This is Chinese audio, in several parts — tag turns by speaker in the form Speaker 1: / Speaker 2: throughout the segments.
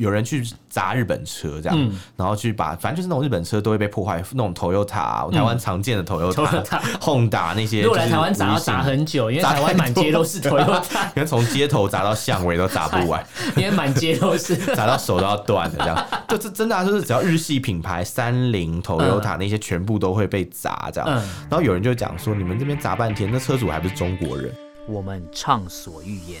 Speaker 1: 有人去砸日本车这样，
Speaker 2: 嗯
Speaker 1: 然后去把反正就是那种日本车都会被破坏，那种 Toyota 台湾常见的 Toyota、
Speaker 2: 嗯 Toyota
Speaker 1: Honda 那些，
Speaker 2: 如果来台湾砸
Speaker 1: 就
Speaker 2: 要
Speaker 1: 是无
Speaker 2: 砸
Speaker 1: 形，
Speaker 2: 很久，因为
Speaker 1: 砸
Speaker 2: 台湾
Speaker 1: 太
Speaker 2: 满街
Speaker 1: 多
Speaker 2: 都是
Speaker 1: 了
Speaker 2: Toyota，
Speaker 1: 可能从街头砸到巷尾都砸不 完，
Speaker 2: 因为满街都是。
Speaker 1: 砸到手都要断了这样。 就这真的、啊、就是只要日系品牌三菱、Toyota 那些全部都会被砸这样。
Speaker 2: 嗯
Speaker 1: 然后有人就讲说，你们这边砸半天，那车主还不是中国人？
Speaker 2: 我们畅所欲言，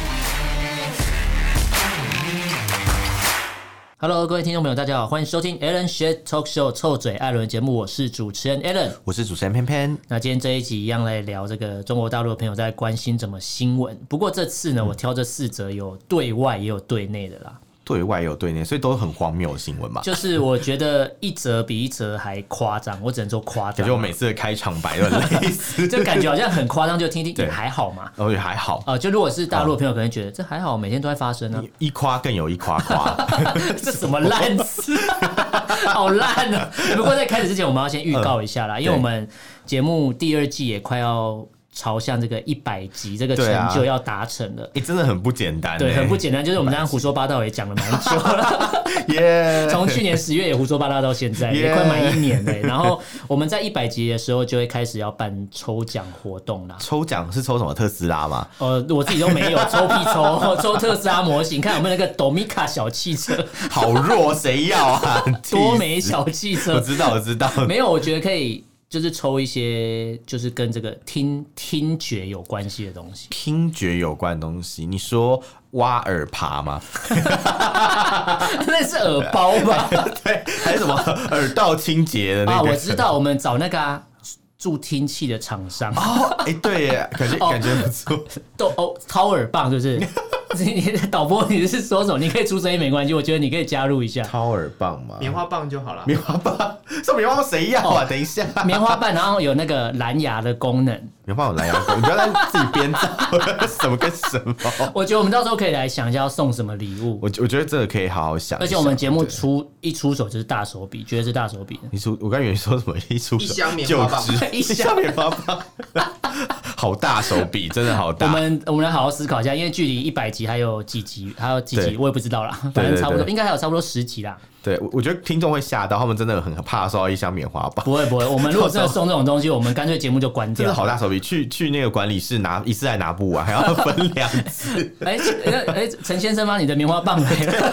Speaker 2: Hello，各位听众朋友，大家好，欢迎收听 Alan Shit Talk Show 臭嘴艾伦节目，我是主持人 Alan。
Speaker 1: 我是主持人偏偏，
Speaker 2: 那今天这一集一样来聊这个中国大陆的朋友在关心什么新闻。不过这次
Speaker 1: 嗯
Speaker 2: 呢，我挑这四则有对外也有对内的啦，
Speaker 1: 对外也有对内，所以都很荒谬的新闻嘛。
Speaker 2: 就是我觉得一则比一则还夸张，我只能说夸
Speaker 1: 感
Speaker 2: 张
Speaker 1: 觉，我每次的开场白都很类 似，
Speaker 2: 就感觉好像很夸张，就听听
Speaker 1: 对
Speaker 2: 也还好嘛。
Speaker 1: 而且还好，
Speaker 2: 呃，就如果是大陆的朋友，可能觉得这还好，每天都在发生啊，
Speaker 1: 一夸更有一夸夸。
Speaker 2: 这什么烂事，好烂啊！不过在开始之前，我们要先预告一下
Speaker 1: 嗯
Speaker 2: 啦，因为我们节目第二季也快要朝向这个一百集这个
Speaker 1: 对啊
Speaker 2: 成就要达成了。
Speaker 1: 哎、真的很不简单、欸，
Speaker 2: 对，很不简单，就是我们刚刚胡说八道也讲了蛮久 了，
Speaker 1: 耶
Speaker 2: 从去年十月也胡说八道到现在，也
Speaker 1: Yeah
Speaker 2: 快满一年了。然后我们在一百集的时候就会开始要办抽奖活动啦。
Speaker 1: 抽奖是抽什么特斯拉嘛？
Speaker 2: 呃，我自己都没有抽屁抽， 抽特斯拉模型，看有没有那个 Domica 小 汽车，
Speaker 1: 好弱，谁要啊？
Speaker 2: 多
Speaker 1: 美！
Speaker 2: 美小汽车
Speaker 1: 我，知道，我知道。
Speaker 2: 没有，我觉得可以，就是抽一些就是跟这个听听觉有关系的东西。
Speaker 1: 听觉有关的东西，你说挖耳耙吗？
Speaker 2: 那是耳包 吧？
Speaker 1: 对，还是什么耳道清洁的那
Speaker 2: 啊，
Speaker 1: 个？
Speaker 2: 我知道，我们找那个、啊、助听器的厂商，
Speaker 1: 哦，哎、对耶，感
Speaker 2: 哦
Speaker 1: 觉、感觉不错。
Speaker 2: 都哦，掏耳棒是不是？ 你你导播你是说什么？你可以出声音没关系，我觉得你可以加入一 下
Speaker 1: 掏耳棒吗？
Speaker 3: 棉花棒就好了。
Speaker 1: 棉花棒，这棉花棒谁要
Speaker 2: 哦
Speaker 1: 啊？等一下，
Speaker 2: 棉花棒，然后有那个蓝牙的功能。
Speaker 1: 棉花棒有啊蓝牙功能，你不要再自己编造了什么跟什 么。
Speaker 2: 我觉得我们到时候可以来想一下要送什么礼物，
Speaker 1: 我我觉得这个可以好好想一想。
Speaker 2: 而且我们节目
Speaker 1: 对
Speaker 2: 出一出手就是大手笔，绝对是大手笔的。
Speaker 1: 你出，我刚以为你说什么一出手
Speaker 3: 一箱棉花棒
Speaker 1: 就知
Speaker 2: 一箱
Speaker 1: 棉花棒， 好大手笔，真的好
Speaker 2: 我
Speaker 1: 大。
Speaker 2: 们我们来好好思考一下，因为距离一百集还有几集，还有几集
Speaker 1: 对
Speaker 2: 我也不知道啦，
Speaker 1: 对
Speaker 2: 反正差不多，
Speaker 1: 对
Speaker 2: 应该还有差不多十集啦。
Speaker 1: 对，我我觉得听众会吓到，他们真的很怕收到一箱棉花棒，
Speaker 2: 不会不会，我们如果真的送这种东西，我们干脆节目就关
Speaker 1: 真的
Speaker 2: 掉。
Speaker 1: 好大手笔。去去那个管理室拿一次还拿不完，还要分两次，
Speaker 2: 哎哎哎，陈先生吗？你的棉花棒来了。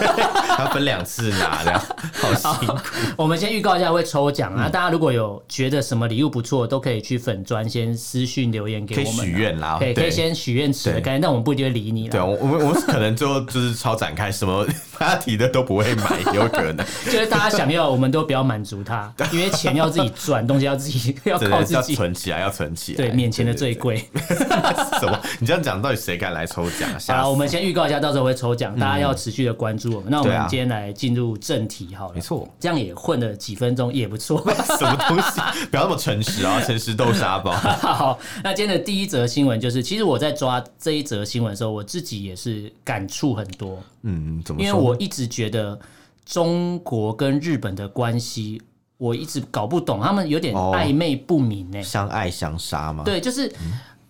Speaker 1: 还要分两次拿，这样好辛苦。
Speaker 2: 我们先预告一下会抽奖
Speaker 1: 嗯
Speaker 2: 啊，大家如果有觉得什么礼物不错，都可以去粉专先私讯留言给
Speaker 1: 可以
Speaker 2: 我们啊。
Speaker 1: 许愿啦，
Speaker 2: 可以可以
Speaker 1: 对。
Speaker 2: 先许愿池的
Speaker 1: 对
Speaker 2: 概念，但我们不一定会理你
Speaker 1: 对，
Speaker 2: 啦。
Speaker 1: 我我们我们可能最后就是超展开，什么 party 的都不会买，有可能，
Speaker 2: 就是大家想要，我们都不要满足他，因为钱要自己 赚，东西要自己要
Speaker 1: 真
Speaker 2: 靠
Speaker 1: 的
Speaker 2: 自
Speaker 1: 要
Speaker 2: 己。
Speaker 1: 存起来，要存起来。
Speaker 2: 对，免钱的
Speaker 1: 对
Speaker 2: 最
Speaker 1: 对
Speaker 2: 贵。
Speaker 1: 对 什么？你这样讲，到底谁敢来抽奖啊？
Speaker 2: 好
Speaker 1: 吓
Speaker 2: 了，
Speaker 1: 死
Speaker 2: 我们先预告一下，到时候会抽奖，大家要持续的关注我们。那
Speaker 1: 嗯
Speaker 2: 我
Speaker 1: 对
Speaker 2: 们
Speaker 1: 啊
Speaker 2: 今天来进入正题好了，
Speaker 1: 没错，
Speaker 2: 这样也混了几分钟也不 错。
Speaker 1: 什么东西？不要那么诚实啊！诚实豆沙 包，
Speaker 2: 好，那今天的第一则新闻就是，其实我在抓这一则新闻的时候，我自己也是感触很多，
Speaker 1: 嗯，怎么
Speaker 2: 因
Speaker 1: 说？
Speaker 2: 为我一直觉得中国跟日本的关系，我一直搞不懂，他们有点
Speaker 1: 哦
Speaker 2: 暧昧不明呢、欸
Speaker 1: 相爱相杀嘛，，
Speaker 2: 对，就是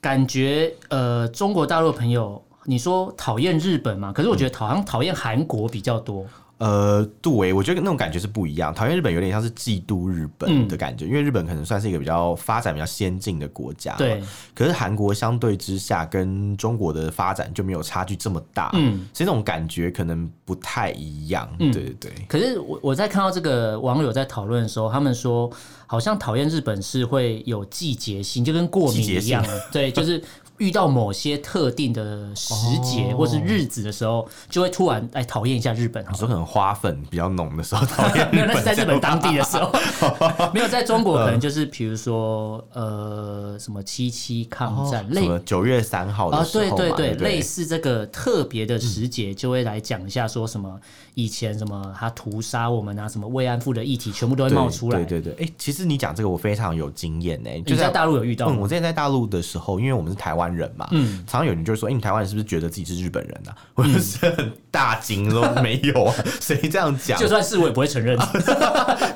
Speaker 2: 感觉呃，中国大陆的朋友，你说讨厌日本嘛？可是我觉得好像讨厌韩国比较多。
Speaker 1: 呃，对，我觉得那种感觉是不一样。讨厌日本有点像是嫉妒日本的感觉，因为日本可能算是一个比较发展比较先进的国家，
Speaker 2: 对。
Speaker 1: 可是韩国相对之下跟中国的发展就没有差距这么大，
Speaker 2: 嗯
Speaker 1: 嗯，所以那种感觉可能不太一样，
Speaker 2: 嗯
Speaker 1: 对对对。
Speaker 2: 可是我我在看到这个网友在讨论的时候，他们说好像讨厌日本是会有季节性，就跟过敏一样啊，对，就是遇到某些特定的时节或是日子的时候，就会突然哎讨厌一下日本好
Speaker 1: 你
Speaker 2: 了。
Speaker 1: 说可能花粉比较浓的时 候讨厌
Speaker 2: 没
Speaker 1: 日
Speaker 2: 有，那是
Speaker 1: 本
Speaker 2: 在
Speaker 1: 这
Speaker 2: 日
Speaker 1: 样
Speaker 2: 本当地的 时候，没有在中国可能就是比如说呃什么七七抗战
Speaker 1: 哦
Speaker 2: 类
Speaker 1: 什么九月三号
Speaker 2: 啊
Speaker 1: 的，时候
Speaker 2: 对
Speaker 1: 嘛
Speaker 2: 对
Speaker 1: 对
Speaker 2: 对，
Speaker 1: 不
Speaker 2: 类似这个特别的时节，就会来讲一下说什么以前什么他屠杀我们啊，什么慰安妇的议题，全部都会
Speaker 1: 对
Speaker 2: 冒出来。
Speaker 1: 对对对，哎、其实你讲这个我非常有经验呢、就
Speaker 2: 你在大陆有遇
Speaker 1: 嗯，
Speaker 2: 到吗？嗯
Speaker 1: 我之前在大陆的时候，因为我们是台湾人嘛，常常有人就会说：“哎、你台湾人是不是觉得自己是日本人 啊？”我就是很大惊说：“没有啊， 谁这样讲
Speaker 2: 就？”算是我也不会 承认。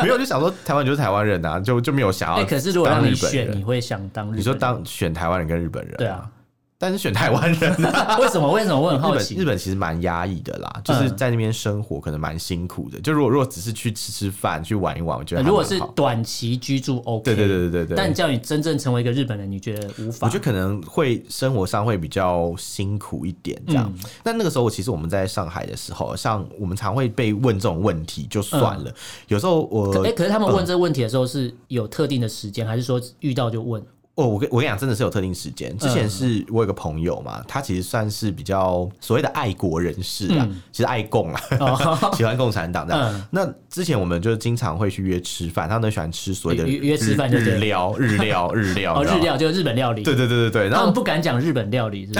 Speaker 1: 没有，就想说台湾就是台湾人啊，就就没有想要。
Speaker 2: 哎，可是如果让你选，
Speaker 1: 人，
Speaker 2: 你会想当日本人？
Speaker 1: 你说当选台湾人跟日本人，
Speaker 2: 对啊？
Speaker 1: 但是选台湾人、啊，
Speaker 2: 为什么？为什 么我很
Speaker 1: 日
Speaker 2: 好
Speaker 1: 本日
Speaker 2: 奇？嗯
Speaker 1: 本其实蛮压抑的啦，就是在那边生活可能蛮辛苦的。就如果如果只是去吃吃饭、去玩一玩，我觉得还
Speaker 2: 呃如果
Speaker 1: 蛮
Speaker 2: 是
Speaker 1: 好
Speaker 2: 短期居住 OK，
Speaker 1: 对对对对对对，
Speaker 2: 但叫你真正成为一个日本人，你觉得无法？
Speaker 1: 我觉得可能会生活上会比较辛苦一点，这样。
Speaker 2: 嗯
Speaker 1: 但那个时候，其实我们在上海的时候，像我们常会被问这种问题，就算了。有时候我，
Speaker 2: 嗯可哎、可是他们
Speaker 1: 嗯
Speaker 2: 问这个问题的时候是有特定的时间，还是说遇到就问？
Speaker 1: 哦，我跟我跟你讲，真的是有特定时间。之前
Speaker 2: 嗯
Speaker 1: 是我有个朋友嘛，他其实算是比较所谓的爱国人士啊，其实爱共啊， 喜欢共产党这样。
Speaker 2: 哦嗯
Speaker 1: 那之前我们就经常会去约吃饭，他们都喜欢吃所谓的
Speaker 2: 约约吃饭就对
Speaker 1: 日
Speaker 2: 了
Speaker 1: 料、日料、日料，
Speaker 2: 哦，
Speaker 1: 你知道
Speaker 2: 日
Speaker 1: 吗。
Speaker 2: 料就是日本料理。
Speaker 1: 对对对对对，然
Speaker 2: 他
Speaker 1: 后
Speaker 2: 们不敢讲日本料理，是不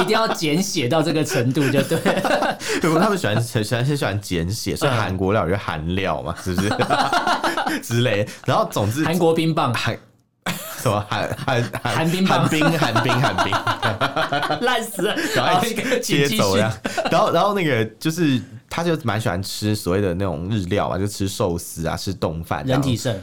Speaker 2: 一定要简写到这个程度就对。
Speaker 1: 对，不过他们喜欢 喜欢很喜欢简写，所以
Speaker 2: 嗯
Speaker 1: 韩国料理就韩料嘛，是不 是之类？然后总之
Speaker 2: 韩国冰棒
Speaker 1: 韩什么韩韩韩
Speaker 2: 韩冰棒
Speaker 1: 韩冰韩冰韩 冰，
Speaker 2: 烂死了，
Speaker 1: 然
Speaker 2: 好
Speaker 1: 后
Speaker 2: 请
Speaker 1: 切
Speaker 2: 请继
Speaker 1: 走这。
Speaker 2: 续
Speaker 1: 样。然后然后那个就是他就蛮喜欢吃所谓的那种日料嘛，就吃寿司啊，吃冻饭这
Speaker 2: 人
Speaker 1: 样，
Speaker 2: 体肾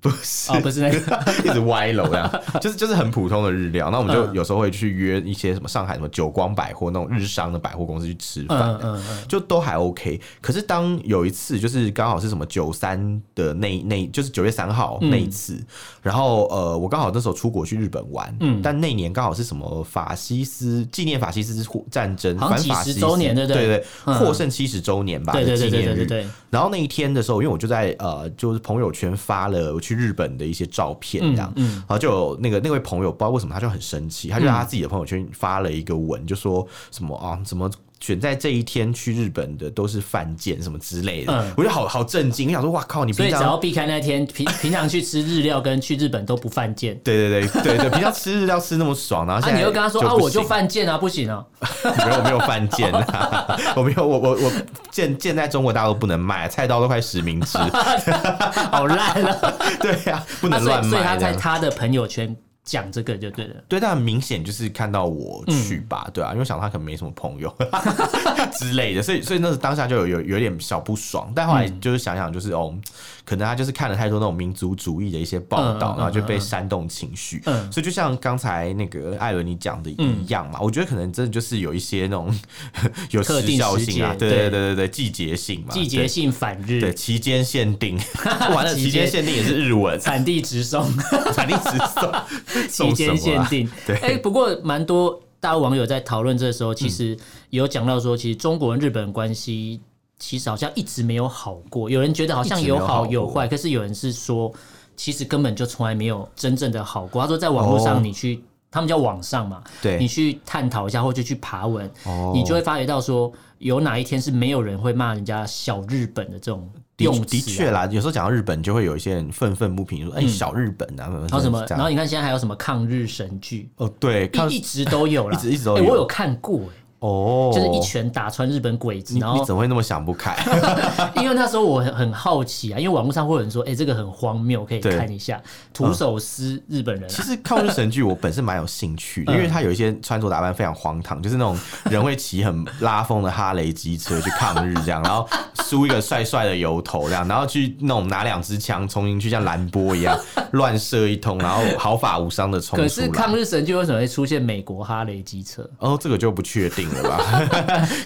Speaker 1: 不是
Speaker 2: 哦，不是那个
Speaker 1: 一直歪楼这 样，就是就是很普通的日料。那我们就
Speaker 2: 嗯
Speaker 1: 有时候会去约一些什么上海什么久光百货那种日商的百货公司去吃饭，
Speaker 2: 嗯嗯嗯，
Speaker 1: 就都还 OK。可是当有一次，就是刚好是什么九三的那那，就是九月三号
Speaker 2: 嗯
Speaker 1: 那一次，然后呃，我刚好那时候出国去日本玩，
Speaker 2: 嗯
Speaker 1: 但那年刚好是什么法西斯纪念法西斯战争，
Speaker 2: 好像
Speaker 1: 反法西
Speaker 2: 几
Speaker 1: 斯
Speaker 2: 十周年对不
Speaker 1: 对
Speaker 2: 对
Speaker 1: 对，
Speaker 2: 嗯
Speaker 1: 获胜七十周年吧，
Speaker 2: 对对对
Speaker 1: 纪
Speaker 2: 对
Speaker 1: 念
Speaker 2: 对对
Speaker 1: 日
Speaker 2: 对，
Speaker 1: 然后那一天的时候，因为我就在呃，就是朋友圈发了我去日本的一些照片，
Speaker 2: 嗯
Speaker 1: 这样，然后就有那个那位朋友不知道为什么他就很生气，
Speaker 2: 嗯
Speaker 1: 他就在他自己的朋友圈发了一个文，就说什么啊，怎么？选在这一天去日本的都是犯贱什么之类的，
Speaker 2: 嗯
Speaker 1: 我就好好震惊，我想说哇靠，你
Speaker 2: 所
Speaker 1: 平
Speaker 2: 以只
Speaker 1: 常
Speaker 2: 要避开那天，平平常去吃日料跟去日本都不犯贱。
Speaker 1: 对对对对对，平常吃日料吃那么爽，然后现
Speaker 2: 啊，
Speaker 1: 在
Speaker 2: 你又跟他说
Speaker 1: 不
Speaker 2: 啊，
Speaker 1: 行
Speaker 2: 我就犯贱啊，不 行啊，
Speaker 1: 没有我没有犯 贱啊，我没有我我我贱贱在中国大陆不能卖，菜刀都快实名 制，
Speaker 2: 好烂了。
Speaker 1: 对呀、不
Speaker 2: 啊
Speaker 1: 能
Speaker 2: 所
Speaker 1: 乱
Speaker 2: 以所以他
Speaker 1: 卖这
Speaker 2: 在
Speaker 1: 样。啊
Speaker 2: 他的朋友圈讲这个就对了。
Speaker 1: 对，但很明显就是看到我去
Speaker 2: 嗯
Speaker 1: 吧，对啊，因为想他可能没什么朋友 之类的，所以所以那时当下就有有有点小不爽，但后来
Speaker 2: 嗯
Speaker 1: 就是想想就是、哦，可能他就是看了太多那种民族主义的一些报道，
Speaker 2: 嗯嗯嗯
Speaker 1: 然后就被煽动情绪，
Speaker 2: 嗯
Speaker 1: 所以就像刚才那个艾伦你讲的一样嘛，我觉得可能真的就是有一些那种 有
Speaker 2: 特
Speaker 1: 时
Speaker 2: 定
Speaker 1: 效
Speaker 2: 时
Speaker 1: 性啊，
Speaker 2: 节
Speaker 1: 对对对
Speaker 2: 对
Speaker 1: 对对，季节性嘛，
Speaker 2: 季
Speaker 1: 对
Speaker 2: 节性反
Speaker 1: 对
Speaker 2: 日，
Speaker 1: 期间限定， 完了
Speaker 2: 期
Speaker 1: 期间
Speaker 2: 间
Speaker 1: 限定也是日 文，
Speaker 2: 产地直送。
Speaker 1: 产地直送，送
Speaker 2: 期
Speaker 1: 什么
Speaker 2: 间
Speaker 1: 啊
Speaker 2: 限定。
Speaker 1: 对
Speaker 2: 哎、不过蛮多大陆网友在讨论这个时候，其实有讲到说，其实中国跟日本关系其实好像一直没有好过。有人觉得好像有好有坏，可是有人是说，其实根本就从来没有真正的好过。他说，在网络
Speaker 1: 哦
Speaker 2: 上你去。他们叫网上嘛，
Speaker 1: 对
Speaker 2: 你去探讨一下，或者去爬文，
Speaker 1: 哦
Speaker 2: 你就会发觉到说，有哪一天是没有人会骂人家小日本的这种
Speaker 1: 的
Speaker 2: 用词、啊
Speaker 1: 的确啦，有时候讲到日本，就会有一些人愤愤不平，说：“哎、小日本啊，然
Speaker 2: 嗯然后什么，然后你看现在还有什么抗日神剧，
Speaker 1: 哦，对，看
Speaker 2: 一一直都有 啦，
Speaker 1: 一直一直都
Speaker 2: 欸
Speaker 1: 有
Speaker 2: 我有看过、欸，
Speaker 1: 哦，
Speaker 2: 就是一拳打穿日本鬼子，
Speaker 1: 你
Speaker 2: 然
Speaker 1: 你
Speaker 2: 后
Speaker 1: 怎么会那么想不 开？
Speaker 2: 因为那时候我很很好奇啊，因为网络上会有人说，哎、这个很荒谬，可以
Speaker 1: 对嗯
Speaker 2: 看一下，徒手撕日本人、
Speaker 1: 其
Speaker 2: 啊。
Speaker 1: 实抗日神剧我本身蛮有兴趣
Speaker 2: 嗯
Speaker 1: 的，因为它有一些穿着打扮非常荒唐，就是那种人会骑很拉风的哈雷机车去抗日这样，然后梳一个帅帅的油头这样，然后去那种拿两支枪冲进去，像兰波一样乱射一通，然后毫发无伤的冲
Speaker 2: 可
Speaker 1: 出
Speaker 2: 是
Speaker 1: 来。
Speaker 2: 抗日神剧为什么会出现美国哈雷机车？
Speaker 1: 哦，这个就不确定了吧？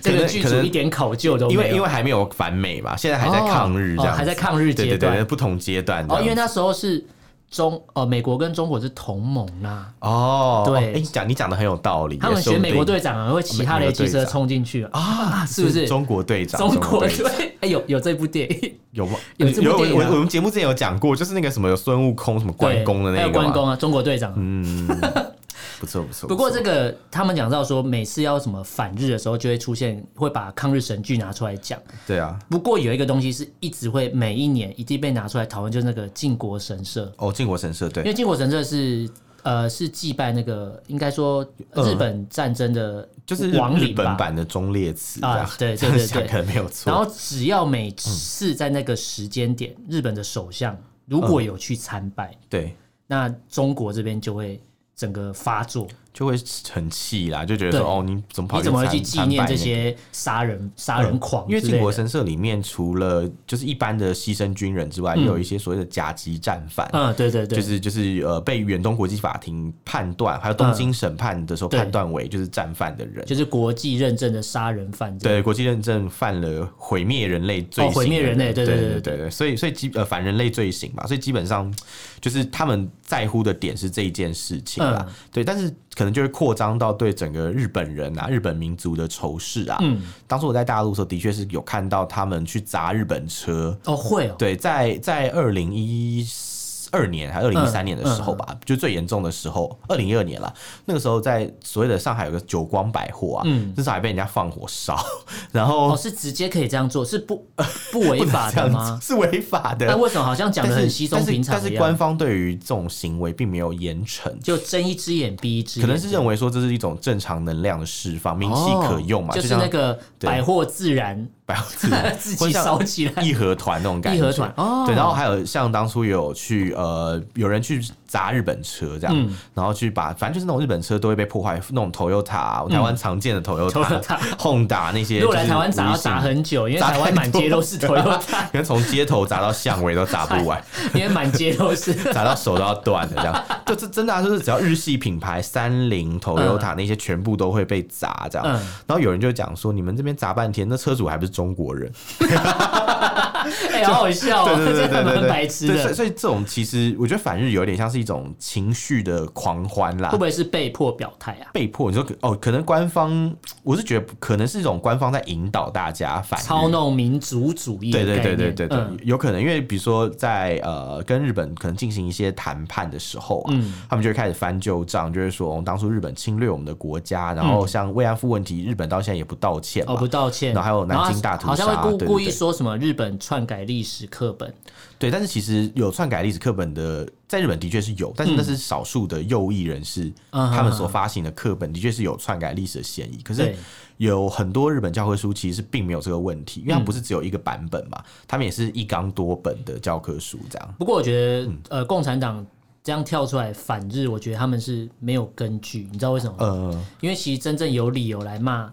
Speaker 2: 这
Speaker 1: 可
Speaker 2: 个
Speaker 1: 能
Speaker 2: 剧
Speaker 1: 可
Speaker 2: 组
Speaker 1: 能
Speaker 2: 一点考究都没
Speaker 1: 因
Speaker 2: 有。
Speaker 1: 为因为还没有反美嘛，现在还在
Speaker 2: 哦
Speaker 1: 抗日这样
Speaker 2: 哦
Speaker 1: 子，
Speaker 2: 还在抗日阶
Speaker 1: 对对对，
Speaker 2: 段
Speaker 1: 不同阶段这
Speaker 2: 哦，因为
Speaker 1: 样子。
Speaker 2: 那时候是中呃美国跟中国是同盟啦，
Speaker 1: 哦，
Speaker 2: 对
Speaker 1: 哎，你讲你讲的很有道理耶，
Speaker 2: 他们
Speaker 1: 说
Speaker 2: 学
Speaker 1: 不
Speaker 2: 美国
Speaker 1: 定
Speaker 2: 队长啊，会骑哈雷机车冲进去啊，
Speaker 1: 啊，
Speaker 2: 是不是
Speaker 1: 中国队长？
Speaker 2: 中国
Speaker 1: 国队长
Speaker 2: 队 哎有有这部电影，
Speaker 1: 有吗？
Speaker 2: 有这部
Speaker 1: 我
Speaker 2: 电影啊
Speaker 1: 我我们节目之前有讲过，就是那个什么有孙悟空什么关公的
Speaker 2: 对
Speaker 1: 那
Speaker 2: 还
Speaker 1: 个
Speaker 2: 有
Speaker 1: 嘛
Speaker 2: 关公啊，中国队长啊
Speaker 1: 嗯，不错不错。
Speaker 2: 不过
Speaker 1: 错
Speaker 2: 这个他们讲到说，每次要什么反日的时候，就会出现会把抗日神剧拿出来讲。
Speaker 1: 对啊，
Speaker 2: 不过有一个东西是一直会每一年一定被拿出来讨论，就是那个靖国神社，
Speaker 1: 哦，靖国神社
Speaker 2: 因
Speaker 1: 对，
Speaker 2: 为靖国神社是。呃，是祭拜那个，应该说
Speaker 1: 嗯
Speaker 2: 日本战争的
Speaker 1: 就是
Speaker 2: 亡
Speaker 1: 日
Speaker 2: 灵吧
Speaker 1: 本版的忠烈祠
Speaker 2: 啊
Speaker 1: 这样
Speaker 2: 对对
Speaker 1: 这样
Speaker 2: 对
Speaker 1: 想
Speaker 2: 对
Speaker 1: 可能没有错。
Speaker 2: 然后只要每次在那个时间点，日本的首相如果有去参拜，
Speaker 1: 对，
Speaker 2: 那中国这边就会整个发作。
Speaker 1: 就会很气啦，就觉得说
Speaker 2: 对
Speaker 1: 哦，你怎么跑
Speaker 2: 你怎么会去
Speaker 1: 参
Speaker 2: 纪念这？
Speaker 1: 参拜那个
Speaker 2: 些杀人杀人狂
Speaker 1: 因为
Speaker 2: 哦之类
Speaker 1: 靖
Speaker 2: 的？
Speaker 1: 国神社里面除了就是一般的牺牲军人之外，也有一些所谓的甲级战犯，
Speaker 2: 嗯，对嗯对对，
Speaker 1: 就是就是呃被远东国际法庭判断，还有东京审判的时候
Speaker 2: 嗯对
Speaker 1: 判断为就是战犯的人。
Speaker 2: 就是国际认证的杀人犯这样。
Speaker 1: 对，国际认证犯了毁灭人类罪
Speaker 2: 哦
Speaker 1: 行，
Speaker 2: 毁灭人类对
Speaker 1: 对
Speaker 2: 对
Speaker 1: 对
Speaker 2: 对对
Speaker 1: 对，所以所以基呃反人类罪行嘛，所以基本上就是他们在乎的点是这一件事情啦，
Speaker 2: 嗯
Speaker 1: 对，但是可能就会扩张到对整个日本人啊、日本民族的仇视啊。
Speaker 2: 嗯，
Speaker 1: 当初我在大陆的时候，的确是有看到他们去砸日本车，
Speaker 2: 哦会哦，
Speaker 1: 对，在在二零一二年还二零一
Speaker 2: 嗯
Speaker 1: 三年的时候吧，就最严重的时候，二零一二年了。那个时候在所谓的上海有个久光百货啊，
Speaker 2: 嗯
Speaker 1: 至少还被人家放火烧，然后
Speaker 2: 哦是直接可以这样做，是不不违法
Speaker 1: 这
Speaker 2: 的
Speaker 1: 样
Speaker 2: 吗？
Speaker 1: 子是违法的
Speaker 2: 那。为什么好像讲
Speaker 1: 但
Speaker 2: 的很
Speaker 1: 是
Speaker 2: 稀松
Speaker 1: 但
Speaker 2: 平
Speaker 1: 是
Speaker 2: 常
Speaker 1: 但
Speaker 2: 一
Speaker 1: 是
Speaker 2: 样
Speaker 1: 官？方对于这种行为并没有严惩，
Speaker 2: 就睁一只眼闭一只眼，
Speaker 1: 可能是认为说这是一种正常能量的释放，名气可用嘛，
Speaker 2: 哦就是
Speaker 1: 像
Speaker 2: 那个
Speaker 1: 对
Speaker 2: 百货自然
Speaker 1: 百货 自然
Speaker 2: 自己烧起来，
Speaker 1: 义和团那种感觉。
Speaker 2: 义和团哦
Speaker 1: 对，然后还有像当初有去呃，有人去砸日本车这样，
Speaker 2: 嗯
Speaker 1: 然后去把反正就是那种日本车都会被破坏，那种 Toyota，、台湾常见的 Toyota、
Speaker 2: 嗯 Toyota
Speaker 1: Honda 那些，
Speaker 2: 如果来台湾砸要
Speaker 1: 就是无
Speaker 2: 砸
Speaker 1: 形
Speaker 2: 很久，因为台湾满街 都是
Speaker 1: 啊
Speaker 2: Toyota，
Speaker 1: 可能从街头砸到巷尾都砸 不完，
Speaker 2: 因为满街 都是。
Speaker 1: 砸到手都要断了，这样。就这真的、啊、就是只要日系品牌三菱、Toyota 那些全部都会被砸这样。
Speaker 2: 嗯
Speaker 1: 然后有人就讲说，你们这边砸半天，那车主还不是中国人？
Speaker 2: 哎、好好笑
Speaker 1: 对
Speaker 2: 哦、
Speaker 1: 对对对
Speaker 2: 这个
Speaker 1: 对
Speaker 2: 蛮
Speaker 1: 对，
Speaker 2: 白痴
Speaker 1: 对所以
Speaker 2: 的。
Speaker 1: 所以这种其实我觉得反日有点像是一种情绪的狂欢啦
Speaker 2: 会不。会是被迫表态啊？
Speaker 1: 被迫，你说哦，可能官方，我是觉得可能是一种官方在引导大家反日
Speaker 2: 操弄民族主义的
Speaker 1: 哎对对
Speaker 2: 概
Speaker 1: 对
Speaker 2: 念
Speaker 1: 对对对，
Speaker 2: 嗯
Speaker 1: 有可能，因为比如说在呃跟日本可能进行一些谈判的时候啊，
Speaker 2: 嗯
Speaker 1: 他们就会开始翻旧账，就会说、哦当初日本侵略我们的国家，然后像慰安妇问题，日本到现在也不道歉嘛。
Speaker 2: 嗯哦，不道歉。
Speaker 1: 然后还有南京
Speaker 2: 然后
Speaker 1: 大屠
Speaker 2: 好
Speaker 1: 杀
Speaker 2: 像会故
Speaker 1: 对对对
Speaker 2: 故意说什么日本篡改历史课本。
Speaker 1: 对，但是其实有篡改历史课本的，在日本的确是有，但是那是少数的右翼人士，
Speaker 2: 嗯
Speaker 1: 他们所发行的课本的确是有篡改历史的嫌疑。可是
Speaker 2: 对
Speaker 1: 有很多日本教科书其实并没有这个问题，因为
Speaker 2: 嗯
Speaker 1: 它不是只有一个版本嘛，他们也是一纲多本的教科书这样。
Speaker 2: 不过我觉得，
Speaker 1: 嗯
Speaker 2: 呃，共产党这样跳出来反日，我觉得他们是没有根据。你知道为什么吗？
Speaker 1: 呃，
Speaker 2: 因为其实真正有理由来骂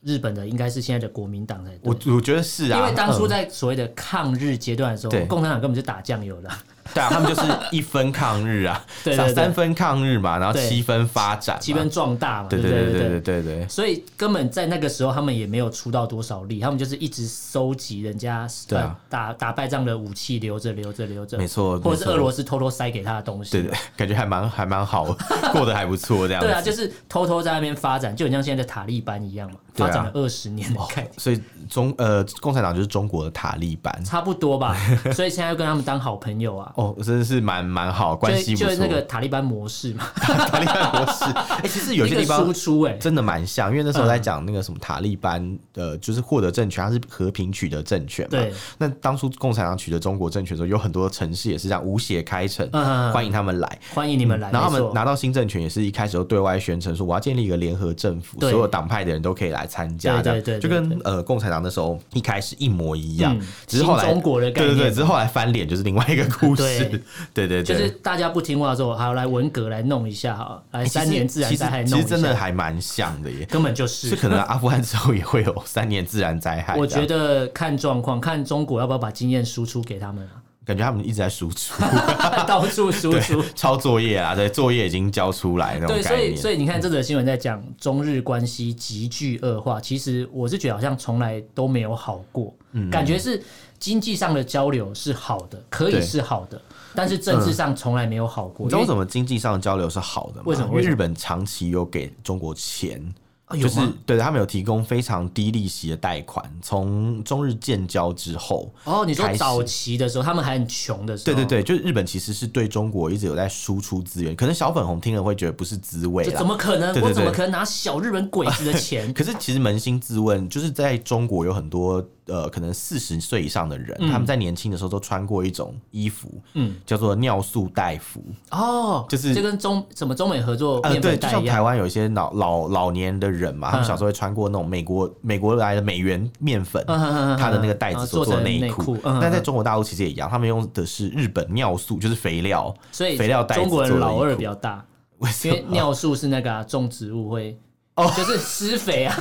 Speaker 2: 日本的，应该是现在的国民党才对
Speaker 1: 我。我觉得是啊，
Speaker 2: 因为当初
Speaker 1: 嗯
Speaker 2: 在所谓的抗日阶段的时候，
Speaker 1: 对
Speaker 2: 共产党根本就打酱油的啊，
Speaker 1: 对啊，他们就是一分抗日啊，
Speaker 2: 对对对
Speaker 1: 三分抗日嘛，然后
Speaker 2: 对
Speaker 1: 七分发展嘛，
Speaker 2: 气氛壮大嘛，
Speaker 1: 对
Speaker 2: 不
Speaker 1: 对对
Speaker 2: 对
Speaker 1: 对对对对。
Speaker 2: 所以根本在那个时候，他们也没有出到多少力，他们就是一直收集人家
Speaker 1: 对啊
Speaker 2: 呃打打败仗的武器，留着留着留着，
Speaker 1: 没错
Speaker 2: 或者
Speaker 1: 没
Speaker 2: 是
Speaker 1: 错
Speaker 2: 俄罗斯偷偷塞给他的东西，
Speaker 1: 对对，感觉还蛮还蛮好，过得还不错这样子。
Speaker 2: 对啊，就是偷偷在那边发展，就很像现在的塔利班一样嘛，
Speaker 1: 对啊哦
Speaker 2: 发展了二十年的概念。
Speaker 1: 所以中呃，共产党就是中国的塔利班
Speaker 2: 差不 多吧，所以现在要跟他们当好朋友啊，
Speaker 1: 哦，真的是蛮蛮好，关系
Speaker 2: 就
Speaker 1: 不
Speaker 2: 就
Speaker 1: 错。
Speaker 2: 是那个塔利班模式嘛，
Speaker 1: 塔利班模 式，哎、其实有些地
Speaker 2: 一个嗯
Speaker 1: 方
Speaker 2: 输出哎、
Speaker 1: 真的蛮像，因为那时候在讲那个什么塔利班，呃，就是获得政权，它是和平取得政权嘛。
Speaker 2: 对。
Speaker 1: 那当初共产党取得中国政权的时候，有很多城市也是这样无血开城，
Speaker 2: 嗯嗯嗯
Speaker 1: 欢迎他们来。
Speaker 2: 欢迎你们来，
Speaker 1: 嗯然后他
Speaker 2: 没
Speaker 1: 们
Speaker 2: 错
Speaker 1: 拿到新政权，也是一开始就对外宣称说，我要建立一个联合政府，所
Speaker 2: 对
Speaker 1: 有党派的人都可以来参加，
Speaker 2: 对
Speaker 1: 这
Speaker 2: 对
Speaker 1: 样
Speaker 2: 对
Speaker 1: 就
Speaker 2: 对
Speaker 1: 跟呃共产党那时候一开始一模一样
Speaker 2: 嗯，
Speaker 1: 只是后来
Speaker 2: 新中国的概
Speaker 1: 对对对，
Speaker 2: 念
Speaker 1: 只是后来翻脸就是另外一个故事
Speaker 2: 对，
Speaker 1: 对对对，
Speaker 2: 就是大家不听话的时候，好来文革来弄一下好了，来
Speaker 1: 哎其实
Speaker 2: 三年自然
Speaker 1: 其实
Speaker 2: 灾害
Speaker 1: 其
Speaker 2: 弄一
Speaker 1: 实
Speaker 2: 下，
Speaker 1: 真的还蛮像的耶，
Speaker 2: 根本就是是。
Speaker 1: 可能阿富汗之后也会有三年自然灾害这样，
Speaker 2: 我觉得看状况，看中国要不要把经验输出给他们啊，
Speaker 1: 感觉他们一直在输出，
Speaker 2: 到处输出。
Speaker 1: 对，抄作业啊，对，作业已经交出来那种
Speaker 2: 对，所
Speaker 1: 概
Speaker 2: 以
Speaker 1: 念，嗯
Speaker 2: 所以你看这则新闻在讲中日关系急剧恶化，其实我是觉得好像从来都没有好过，
Speaker 1: 嗯
Speaker 2: 感觉是经济上的交流是好的，可以
Speaker 1: 对嗯
Speaker 2: 是好的，但是政治上从来没有好过。
Speaker 1: 你知道为
Speaker 2: 因为
Speaker 1: 什么经济上交流是好的吗？
Speaker 2: 为什么
Speaker 1: 因为日本长期有给中国钱，
Speaker 2: 啊有
Speaker 1: 就
Speaker 2: 吗
Speaker 1: 是对他们有提供非常低利息的贷款，从中日建交之后，
Speaker 2: 哦，你说
Speaker 1: 开始
Speaker 2: 早期的时候，他们还很穷的时
Speaker 1: 对
Speaker 2: 候，
Speaker 1: 对对，就是日本其实是对中国一直有在输出资源，可能小粉红听了会觉得不是滋味
Speaker 2: 这
Speaker 1: 啦
Speaker 2: 怎。么可能？
Speaker 1: 对对
Speaker 2: 我怎么
Speaker 1: 对
Speaker 2: 可能拿小日本鬼子的 钱？
Speaker 1: 可是其实扪心自问，就是在中国有很多呃，可能四十岁以上的人，他们在年轻的时候都穿过一种衣服，
Speaker 2: 嗯
Speaker 1: 叫做尿素带服，
Speaker 2: 哦，
Speaker 1: 就是
Speaker 2: 这跟中什么中美合作
Speaker 1: 呃，
Speaker 2: 面
Speaker 1: 对，
Speaker 2: 粉
Speaker 1: 就
Speaker 2: 袋
Speaker 1: 像
Speaker 2: 一
Speaker 1: 台
Speaker 2: 样，
Speaker 1: 湾有一些老老老年的人
Speaker 2: 嗯
Speaker 1: 嘛，他们小时候会穿过那种美国美国来的美元面粉，
Speaker 2: 嗯嗯嗯嗯
Speaker 1: 它的那个袋子所做的内
Speaker 2: 做成
Speaker 1: 裤
Speaker 2: 内裤嗯嗯。
Speaker 1: 但在中国大陆其实也一样，他们用的是日本尿素，就是肥 料，
Speaker 2: 所以
Speaker 1: 肥料袋子
Speaker 2: 中国人
Speaker 1: 做的
Speaker 2: 老二
Speaker 1: 衣裤
Speaker 2: 比较大，
Speaker 1: 为什
Speaker 2: 因为
Speaker 1: 么？
Speaker 2: 尿素是那个啊种植物会。哦，就是施 肥啊！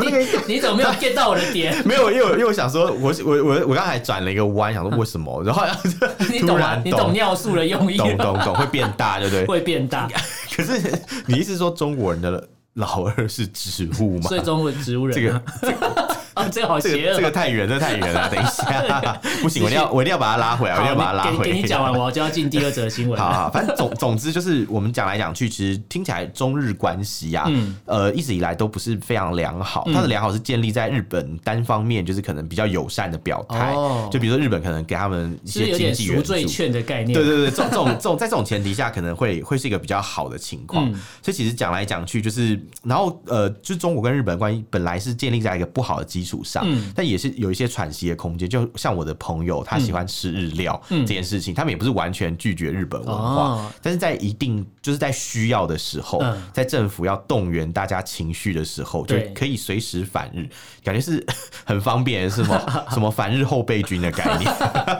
Speaker 2: 你你怎么没有 get 到我的点？
Speaker 1: 没有，因为我因为我想说，我我我我刚才转了一个弯，想
Speaker 2: 嗯
Speaker 1: 说为什么，然后好 像就
Speaker 2: 你
Speaker 1: 突
Speaker 2: 懂吗？
Speaker 1: 然
Speaker 2: 你懂尿素的用意
Speaker 1: 懂
Speaker 2: 吗？
Speaker 1: 懂懂会变大，对不对？
Speaker 2: 会 变大，
Speaker 1: 可是你意思是说中国人的老二是植物吗
Speaker 2: 所？以中国植物人
Speaker 1: 这个
Speaker 2: 啊，这个好
Speaker 1: 这
Speaker 2: 邪
Speaker 1: 个这个
Speaker 2: 恶。
Speaker 1: 太远，这太远了。等一 下，不行，我一定要我一定要把它拉回来，我一定要把它拉
Speaker 2: 好
Speaker 1: 回
Speaker 2: 给
Speaker 1: 来。
Speaker 2: 给你讲完，我就要进第二则新闻
Speaker 1: 好
Speaker 2: 了。
Speaker 1: 好，反正总 总之就是，我们讲来讲去，其实听起来中日关系啊，
Speaker 2: 嗯
Speaker 1: 呃，一直以来都不是非常良好。它的良好是建立在日本单方面，就是可能比较友善的表态，
Speaker 2: 哦
Speaker 1: 就比如说日本可能给他们一
Speaker 2: 是
Speaker 1: 些经
Speaker 2: 有点
Speaker 1: 济
Speaker 2: 赎
Speaker 1: 援
Speaker 2: 罪
Speaker 1: 助。
Speaker 2: 券的概念。
Speaker 1: 对对对，这种这种这种在这种前提下，可能会会是一个比较好的情况。
Speaker 2: 嗯
Speaker 1: 所以其实讲来讲去，就是然后呃，就中国跟日本的关系本来是建立在一个不好的基础上，
Speaker 2: 嗯
Speaker 1: 但也是有一些喘息的空间。就像我的朋友，他喜欢吃日料、
Speaker 2: 嗯
Speaker 1: 这件事情，他们也不是完全拒绝日本文化，
Speaker 2: 哦
Speaker 1: 但是在一定就是在需要的时候，
Speaker 2: 嗯
Speaker 1: 在政府要动员大家情绪的时候，就
Speaker 2: 对
Speaker 1: 可以随时反日，感觉是 很方便，是吗？什么反日后备军的概念？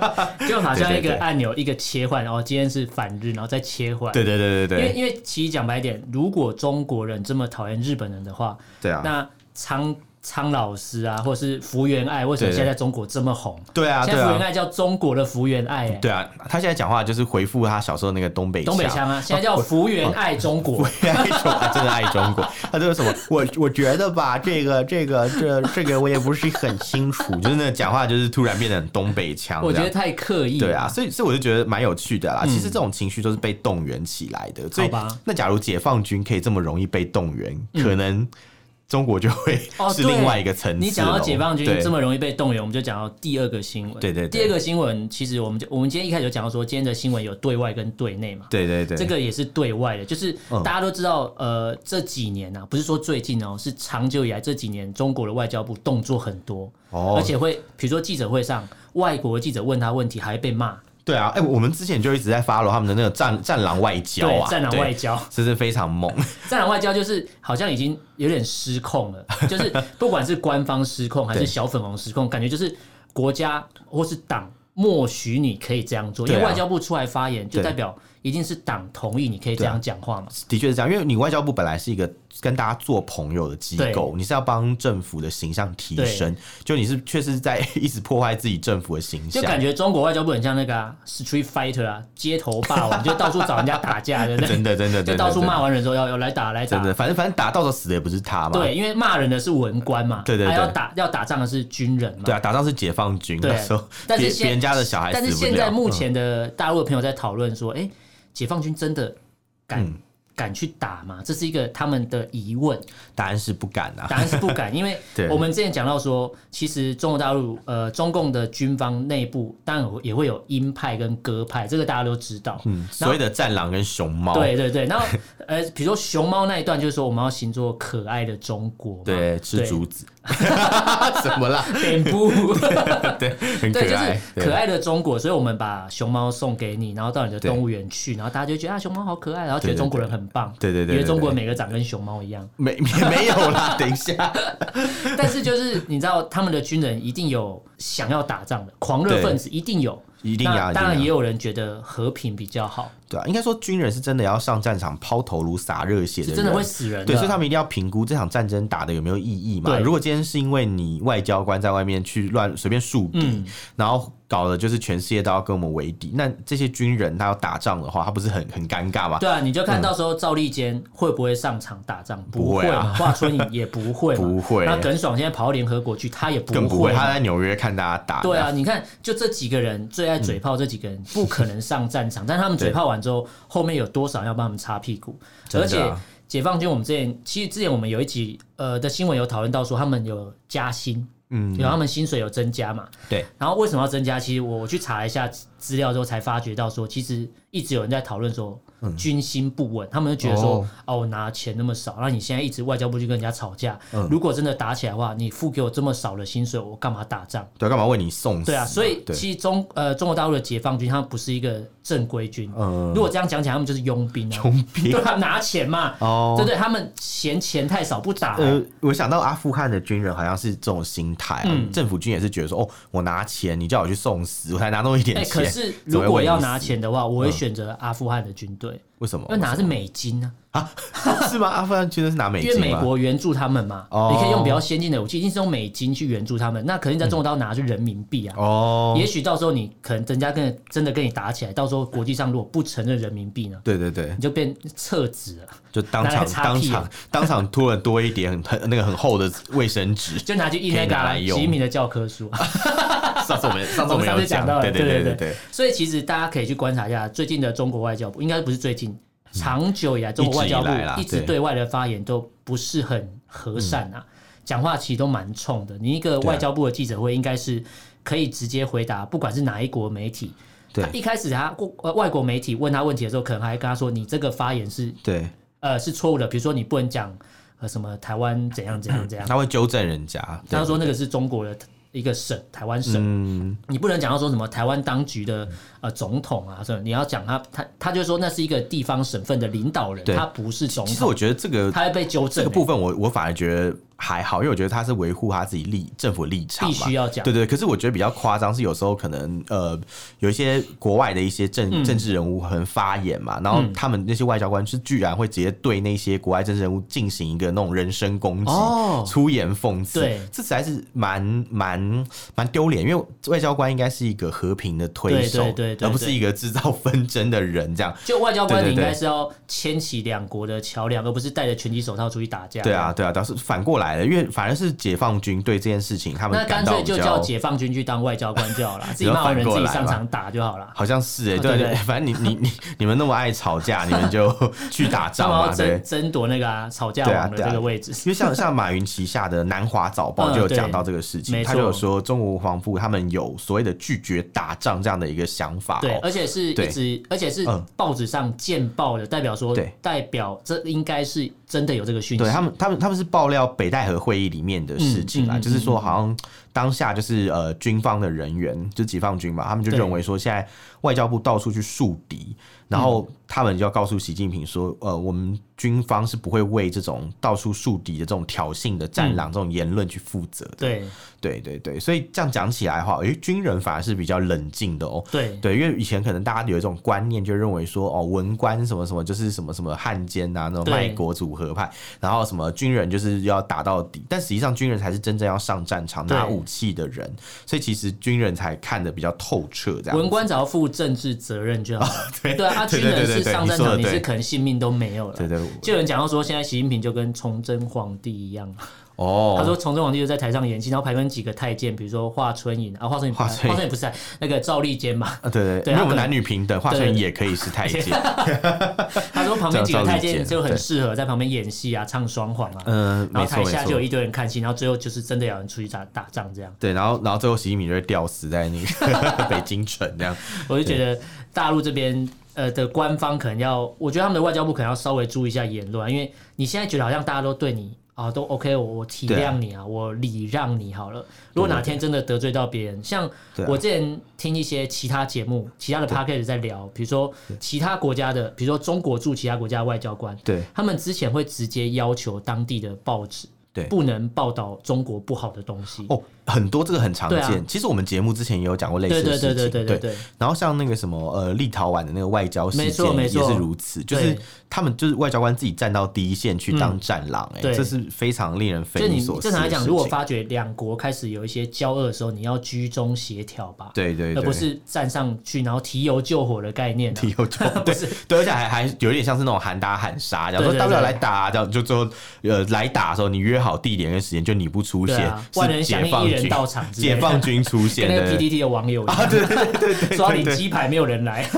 Speaker 2: 就好像一
Speaker 1: 对对
Speaker 2: 个
Speaker 1: 对
Speaker 2: 按钮，一个切换，然后今天是反日，然后再切换。
Speaker 1: 对对对对
Speaker 2: 因为
Speaker 1: 对，
Speaker 2: 因为其实讲白一点，如果中国人这么讨厌日本人的话，
Speaker 1: 对啊。
Speaker 2: 那苍苍老师啊，或者是福原爱，为什么
Speaker 1: 对对
Speaker 2: 现在在中国这么红？
Speaker 1: 对啊，
Speaker 2: 现
Speaker 1: 对
Speaker 2: 在福原
Speaker 1: 啊，
Speaker 2: 爱叫中国的福原爱、欸，
Speaker 1: 对啊，他现在讲话就是回复他小时候那个东北
Speaker 2: 东北腔啊，现在
Speaker 1: 哦
Speaker 2: 叫福原爱中国。
Speaker 1: 爱中国，真的 爱中国。他就是什么， 我我觉得吧，这个这个这这个我也不是很清楚， 就是那讲话就是突然变得很东北腔这样，
Speaker 2: 我觉得太刻意了，
Speaker 1: 对啊，所以所以我就觉得蛮有趣的啦。其实这种情绪都是被动员起来的，所以
Speaker 2: 好吧嗯
Speaker 1: 那假如解放军可以这么容易被动员，可能中国就会
Speaker 2: 哦
Speaker 1: 是
Speaker 2: 对
Speaker 1: 另外一个层次咯。
Speaker 2: 你讲到解放军
Speaker 1: 对
Speaker 2: 这么容易被动员，我们就讲到第二个新闻。
Speaker 1: 对对对
Speaker 2: 第二个新闻其实我们就我们今天一开始就讲到说，今天的新闻有对外跟对内嘛。
Speaker 1: 对对对，
Speaker 2: 这个也是对外的，就是
Speaker 1: 嗯
Speaker 2: 大家都知道，呃，这几年啊，不是说最近哦，是长久以来这几年，中国的外交部动作很多，
Speaker 1: 哦
Speaker 2: 而且会，比如说记者会上，外国记者问他问题还会被骂，
Speaker 1: 对啊，哎、我们之前就一直在 follow 他们的那个战战狼外交
Speaker 2: 对
Speaker 1: 啊，，
Speaker 2: 战狼
Speaker 1: 对
Speaker 2: 外交，
Speaker 1: 真是非常猛。
Speaker 2: 战狼外交就是好像已经有点失控 了，就是不管是官方失控还是
Speaker 1: 对
Speaker 2: 小粉红失控，感觉就是国家或是党默许你可以这样做，因为
Speaker 1: 对啊
Speaker 2: 外交部出来发言就
Speaker 1: 对
Speaker 2: 代表一定是党同意你可以这样讲话嘛。
Speaker 1: 的确是这样，因为你外交部本来是一个跟大家做朋友的机构，
Speaker 2: 对
Speaker 1: 你是要帮政府的形象提升，就你是确实在一直破坏自己政府的形
Speaker 2: 就
Speaker 1: 象。
Speaker 2: 感觉中国外交部很像那个、啊、Street Fighter 啊，街头霸 王，就到处找人家打架，对不
Speaker 1: 真
Speaker 2: 对？
Speaker 1: 的，真的，
Speaker 2: 就
Speaker 1: 真的，
Speaker 2: 到处
Speaker 1: 真的
Speaker 2: 骂完人之后要要来打来打
Speaker 1: 真，的，反正反正打到时候死的也不是他嘛。
Speaker 2: 对，因为骂人的是文官嘛，
Speaker 1: 对对
Speaker 2: 还
Speaker 1: 对
Speaker 2: 要打要打仗的是军人嘛
Speaker 1: 对，啊，打仗是解放军
Speaker 2: 对
Speaker 1: 那时候，
Speaker 2: 但是
Speaker 1: 别
Speaker 2: 现
Speaker 1: 别人家的小孩死
Speaker 2: 但
Speaker 1: 不了。
Speaker 2: 是现在目
Speaker 1: 嗯
Speaker 2: 前的大陆的朋友在讨论说，哎、解放军真的敢、
Speaker 1: 嗯
Speaker 2: 敢去打吗？这是一个他们的疑 问，
Speaker 1: 答案是不敢啊
Speaker 2: 答。案是不敢，因为
Speaker 1: 对
Speaker 2: 我们之前讲到说，其实中国大陆呃中共的军方内部当然也会有鹰派跟鸽派，这个大家都知道。
Speaker 1: 嗯，哦所谓的战狼跟熊猫，
Speaker 2: 对对对，然后 呃，比如说熊猫那一段，就是说我们要行做可爱的中国嘛，
Speaker 1: 对，吃 竹子，怎么啦？
Speaker 2: 对，脸部，
Speaker 1: 对，很可
Speaker 2: 对，就
Speaker 1: 爱，
Speaker 2: 是可爱的中国，所以我们把熊猫送给你，然后到你的
Speaker 1: 对
Speaker 2: 动物园去，然后大家就觉得啊，熊猫好可爱，然后觉
Speaker 1: 对
Speaker 2: 得
Speaker 1: 对
Speaker 2: 中国人很棒，
Speaker 1: 对对对对
Speaker 2: 因为中国
Speaker 1: 对
Speaker 2: 每个长跟熊猫一样，
Speaker 1: 没没没有啦，等一下，
Speaker 2: 但是就是你知道，他们的军人一定有想要打仗的狂热
Speaker 1: 对
Speaker 2: 分子，一定有，
Speaker 1: 一定啊呀，
Speaker 2: 那
Speaker 1: 一定
Speaker 2: 当
Speaker 1: 呀
Speaker 2: 然也有人觉得和平比较好，
Speaker 1: 对啊，应该说军人是真的要上战场抛头颅洒热血的
Speaker 2: 是
Speaker 1: 人，
Speaker 2: 真的会死人的，啊
Speaker 1: 对，所以他们一定要评估这场战争打的有没有意义嘛。
Speaker 2: 对
Speaker 1: 如果今天是因为你外交官在外面去乱随便树敌，
Speaker 2: 嗯
Speaker 1: 然后搞的就是全世界都要跟我们为敌，那这些军人他要打仗的话，他不是很很尴尬吗？
Speaker 2: 对啊，你就看到时候赵立坚会不会
Speaker 1: 嗯
Speaker 2: 上场打仗？
Speaker 1: 不
Speaker 2: 会
Speaker 1: 会啊
Speaker 2: 嘛，华春莹也不会嘛，
Speaker 1: 不会
Speaker 2: 那耿爽现在跑到联合国去，他也不啊
Speaker 1: 更不会，
Speaker 2: 嘛
Speaker 1: 他在纽约看大家打。
Speaker 2: 对啊，，你看，就这几个人最爱嘴炮，这几个人 不可能上战场，但他们嘴炮完之后，后面有多少人要帮他们擦屁股？
Speaker 1: 真
Speaker 2: 而
Speaker 1: 的
Speaker 2: 且
Speaker 1: 啊
Speaker 2: 解放军我们之前其实之前我们有一集呃的新闻有讨论到说他们有加薪，
Speaker 1: 嗯，
Speaker 2: 有他们薪水有增加嘛，
Speaker 1: 对。
Speaker 2: 然后为什么要增加？其实我我去查一下资料之后才发觉到说，其实一直有人在讨论说军心不稳，他们就觉得
Speaker 1: 嗯
Speaker 2: 说
Speaker 1: 哦
Speaker 2: 哦，我拿钱那么少，那你现在一直外交部去跟人家吵架，
Speaker 1: 嗯
Speaker 2: 如果真的打起来的话，你付给我这么少的薪水，我干嘛打仗？
Speaker 1: 对，干嘛为你送死？
Speaker 2: 对啊，所以
Speaker 1: 对，
Speaker 2: 其实中呃中国大陆的解放军他们不是一个正规军，
Speaker 1: 嗯
Speaker 2: 如果这样讲起来，他们就是佣兵啊，
Speaker 1: 穷逼
Speaker 2: 对啊，拿钱嘛，
Speaker 1: 哦
Speaker 2: 对。对，他们嫌钱太少不打、
Speaker 1: 呃，我想到阿富汗的军人好像是这种心态、啊，
Speaker 2: 嗯
Speaker 1: 政府军也是觉得说，哦，我拿钱，你叫我去送死，我才拿那么一点
Speaker 2: 哎、
Speaker 1: 钱。
Speaker 2: 可是
Speaker 1: 怎
Speaker 2: 如
Speaker 1: 么会
Speaker 2: 果
Speaker 1: 为
Speaker 2: 要
Speaker 1: 你
Speaker 2: 拿
Speaker 1: 死，
Speaker 2: 钱的话，我会选择阿富汗的军队，
Speaker 1: 为什么？
Speaker 2: 因为拿的是美金啊，
Speaker 1: 是吗？阿富汗军人是拿美
Speaker 2: 因为
Speaker 1: 金吗？
Speaker 2: 美国援助他们嘛，
Speaker 1: 哦
Speaker 2: 你可以用比较先进的武器，一定是用美金去援助他们。那肯定在中国大陆拿的是人民币啊。
Speaker 1: 哦，
Speaker 2: 也许到时候你可能人家跟真的跟你打起来，到时候国际上如果不承认人民币呢，
Speaker 1: 对对对
Speaker 2: 你，就变撤职了，
Speaker 1: 就当
Speaker 2: 拿来
Speaker 1: 场
Speaker 2: 擦
Speaker 1: 当
Speaker 2: 屁
Speaker 1: 场当场突然多一点很很那个很厚的卫生纸。
Speaker 2: 就拿去印
Speaker 1: 可以
Speaker 2: 那个
Speaker 1: 拿
Speaker 2: 啊
Speaker 1: 来用
Speaker 2: 吉米的教科 书。
Speaker 1: 上次我们上次
Speaker 2: 我
Speaker 1: 们
Speaker 2: 们上
Speaker 1: 有
Speaker 2: 次讲到了
Speaker 1: 对
Speaker 2: 对
Speaker 1: 对
Speaker 2: 对
Speaker 1: 对对，
Speaker 2: 所以其实大家可以去观察一下最近的中国外交部，应该不是最近，长久以来中国外交
Speaker 1: 一
Speaker 2: 部
Speaker 1: 直以来啦
Speaker 2: 一直
Speaker 1: 对
Speaker 2: 对外的发言都不是很和善啊，讲话其实都蛮冲的。你一个
Speaker 1: 对啊
Speaker 2: 外交部的记者会应该是可以直接回答，不管是哪一国媒体。
Speaker 1: 对
Speaker 2: 他一开始他国呃外国媒体问他问题的时候，可能还跟他说：“你这个发言是
Speaker 1: 对，
Speaker 2: 呃是错误的，比如说你不能讲呃什么台湾怎样怎样怎样。
Speaker 1: 他会纠正人家。对
Speaker 2: 他说那个是中国的一个省，台湾省。
Speaker 1: 嗯，
Speaker 2: 你不能讲到说什么台湾当局的呃总统啊什么，你要讲他他他就说那是一个地方省份的领导人，
Speaker 1: 对
Speaker 2: 他不是总
Speaker 1: 其实
Speaker 2: 统，
Speaker 1: 我觉得这个
Speaker 2: 他会被纠
Speaker 1: 这
Speaker 2: 正、欸
Speaker 1: 个部分我，我反而觉得还好，因为我觉得他是维护他自己立政府立场
Speaker 2: 必
Speaker 1: 嘛
Speaker 2: 须。要讲
Speaker 1: 对。对，可是我觉得比较夸张是有时候可能呃有一些国外的一些政、
Speaker 2: 嗯
Speaker 1: 政治人物可能发言嘛，然后他们那些外交官是居然会直接对那些国外政治人物进行一个那种人身攻击，
Speaker 2: 哦
Speaker 1: 出言讽刺，
Speaker 2: 对
Speaker 1: 这实在是蛮蛮蛮丢脸，因为外交官应该是一个和平的推手，
Speaker 2: 对对对对
Speaker 1: 而不是一个制造纷争的人这样。
Speaker 2: 就外交官，
Speaker 1: 对对
Speaker 2: 你应该
Speaker 1: 对
Speaker 2: 是要牵起两国的桥梁，而不是戴着拳击手套出去打架。
Speaker 1: 对啊，，对啊，倒是反过来了，因为反而是解放军对这件事情他们
Speaker 2: 那
Speaker 1: 感
Speaker 2: 干
Speaker 1: 到
Speaker 2: 脆
Speaker 1: 比
Speaker 2: 就
Speaker 1: 较
Speaker 2: 叫解放军去当外交官就好了，自己骂完人自己上场打就好了。
Speaker 1: 好像是哎、欸，
Speaker 2: 啊
Speaker 1: 对啊
Speaker 2: 对
Speaker 1: 对，反正你你你你们那么爱吵架，你们就去打
Speaker 2: 干
Speaker 1: 仗
Speaker 2: 嘛要
Speaker 1: 嘛，对
Speaker 2: 争。争夺那个啊吵架
Speaker 1: 对啊
Speaker 2: 王的
Speaker 1: 对啊
Speaker 2: 这个位置？
Speaker 1: 因为像像马云旗下的南华早报
Speaker 2: 嗯
Speaker 1: 就有讲到这个事情，
Speaker 2: 对没错
Speaker 1: 他就有说中国国防部他们有所谓的拒绝打仗这样的一个想法
Speaker 2: 对，
Speaker 1: 哦，
Speaker 2: 而且是
Speaker 1: 对
Speaker 2: 一直，而且是
Speaker 1: 嗯
Speaker 2: 报纸上见报的，代表说
Speaker 1: 对，
Speaker 2: 代表这应该是真的有这个讯息
Speaker 1: 对。他们他们他们是爆料北戴河会议里面的事情啦，
Speaker 2: 嗯嗯嗯
Speaker 1: 就是说好像当下就是呃军方的人员就解放军嘛，他们就
Speaker 2: 对
Speaker 1: 认为说现在外交部到处去树敌，然后
Speaker 2: 嗯
Speaker 1: 他们就要告诉习近平说，呃，我们军方是不会为这种到处树敌的这种挑衅的
Speaker 2: 嗯
Speaker 1: 战狼、这种言论去负责的。
Speaker 2: 对
Speaker 1: 对对对，所以这样讲起来的话，诶、军人反而是比较冷静的哦、
Speaker 2: 对
Speaker 1: 对，因为以前可能大家有一种观念，就认为说哦，文官什么什么就是什么什么汉奸呐、那种
Speaker 2: 对
Speaker 1: 卖国组合派，然后什么军人就是要打到底，但实际上军人才是真正要上战场拿
Speaker 2: 对
Speaker 1: 武器的人，所以其实军人才看得比较透彻，这样
Speaker 2: 文
Speaker 1: 子。
Speaker 2: 官只要负政治责任 就好了。
Speaker 1: 对
Speaker 2: 对啊，啊
Speaker 1: 对对
Speaker 2: 军人
Speaker 1: 对
Speaker 2: 是
Speaker 1: 对
Speaker 2: 上
Speaker 1: 你
Speaker 2: 战
Speaker 1: 说的
Speaker 2: 场，你
Speaker 1: 对
Speaker 2: 是可能性命都没有
Speaker 1: 对
Speaker 2: 了。
Speaker 1: 对
Speaker 2: 就有人讲到说，现在习近平就跟崇祯皇帝一样，
Speaker 1: 哦，
Speaker 2: 他说崇祯皇帝就在台上演戏，然后旁边几个太监，比如说华春莹啊，华春莹不
Speaker 1: 华
Speaker 2: 是，
Speaker 1: 春莹
Speaker 2: 华春莹不是在那个赵立 坚嘛，
Speaker 1: 啊对对，因为
Speaker 2: 对他
Speaker 1: 我们
Speaker 2: 可能
Speaker 1: 男女平等，华
Speaker 2: 对对
Speaker 1: 晨
Speaker 2: 对
Speaker 1: 也可以是太 监，
Speaker 2: 他说旁边几个太
Speaker 1: 赵
Speaker 2: 监就
Speaker 1: 立坚
Speaker 2: 很适合在旁边演戏啊，唱双簧啊，
Speaker 1: 嗯，
Speaker 2: 然
Speaker 1: 没
Speaker 2: 后
Speaker 1: 错没
Speaker 2: 台下就有
Speaker 1: 错。
Speaker 2: 一堆人看戏，然后最后就是真的有人出去打打仗这样。
Speaker 1: 对，然后然后最后习近平就会吊死在那个 北京城这样。
Speaker 2: 我就觉得大陆这边呃的官方可能要，我觉得他们的外交部可能要稍微注意一下言论啊，因为你现在觉得好像大家都对你啊都 OK，我我体
Speaker 1: 对啊
Speaker 2: 谅你啊，我礼让你好了。如果哪天真的得罪到别人，像
Speaker 1: 对啊
Speaker 2: 我之前听一些其他节目、其他的 p a c k a g e 在聊，比如说其他国家的，比如说中国驻其他国家的外交官，
Speaker 1: 对，
Speaker 2: 他们之前会直接要求当地的报纸
Speaker 1: 对
Speaker 2: 不能报道中国不好的东西。
Speaker 1: 哦，很多这个很常
Speaker 2: 对啊
Speaker 1: 见。其实我们节目之前也有讲过类似
Speaker 2: 对
Speaker 1: 的
Speaker 2: 对
Speaker 1: 事情，
Speaker 2: 对对对对对，
Speaker 1: 然后像那个什么呃，立陶宛的那个外交事
Speaker 2: 没错
Speaker 1: 件也
Speaker 2: 没错
Speaker 1: 是如此，就是
Speaker 2: 对
Speaker 1: 他们就是外交官自己站到第一线去当战狼、哎、
Speaker 2: 对
Speaker 1: 这是非常令人
Speaker 2: 就
Speaker 1: 匪夷
Speaker 2: 你
Speaker 1: 所思
Speaker 2: 正
Speaker 1: 的
Speaker 2: 常来
Speaker 1: 事
Speaker 2: 讲，
Speaker 1: 情。
Speaker 2: 如果发觉两国开始有一些交恶的时候，你要居中协调吧，
Speaker 1: 对对
Speaker 2: 而
Speaker 1: 对，
Speaker 2: 不是站上去然后提油救火的概念、啊。
Speaker 1: 有就 对对，而且还还有点像是那种喊打喊杀，这样
Speaker 2: 对
Speaker 1: 说
Speaker 2: 对
Speaker 1: 大不了
Speaker 2: 对
Speaker 1: 来打、啊，这样就最后呃来打的时候，你约好地点跟时间，就你不出
Speaker 2: 对
Speaker 1: 现
Speaker 2: 啊，，万人
Speaker 1: 是
Speaker 2: 响
Speaker 1: 解
Speaker 2: 应
Speaker 1: 放
Speaker 2: 一人
Speaker 1: 军
Speaker 2: 到场之类的，
Speaker 1: 解放军出现
Speaker 2: 跟那个
Speaker 1: 的
Speaker 2: PTT 的网友一
Speaker 1: 啊，
Speaker 2: 样，
Speaker 1: 对对对对对，
Speaker 2: 抓领
Speaker 1: 对
Speaker 2: 鸡排没有人 来，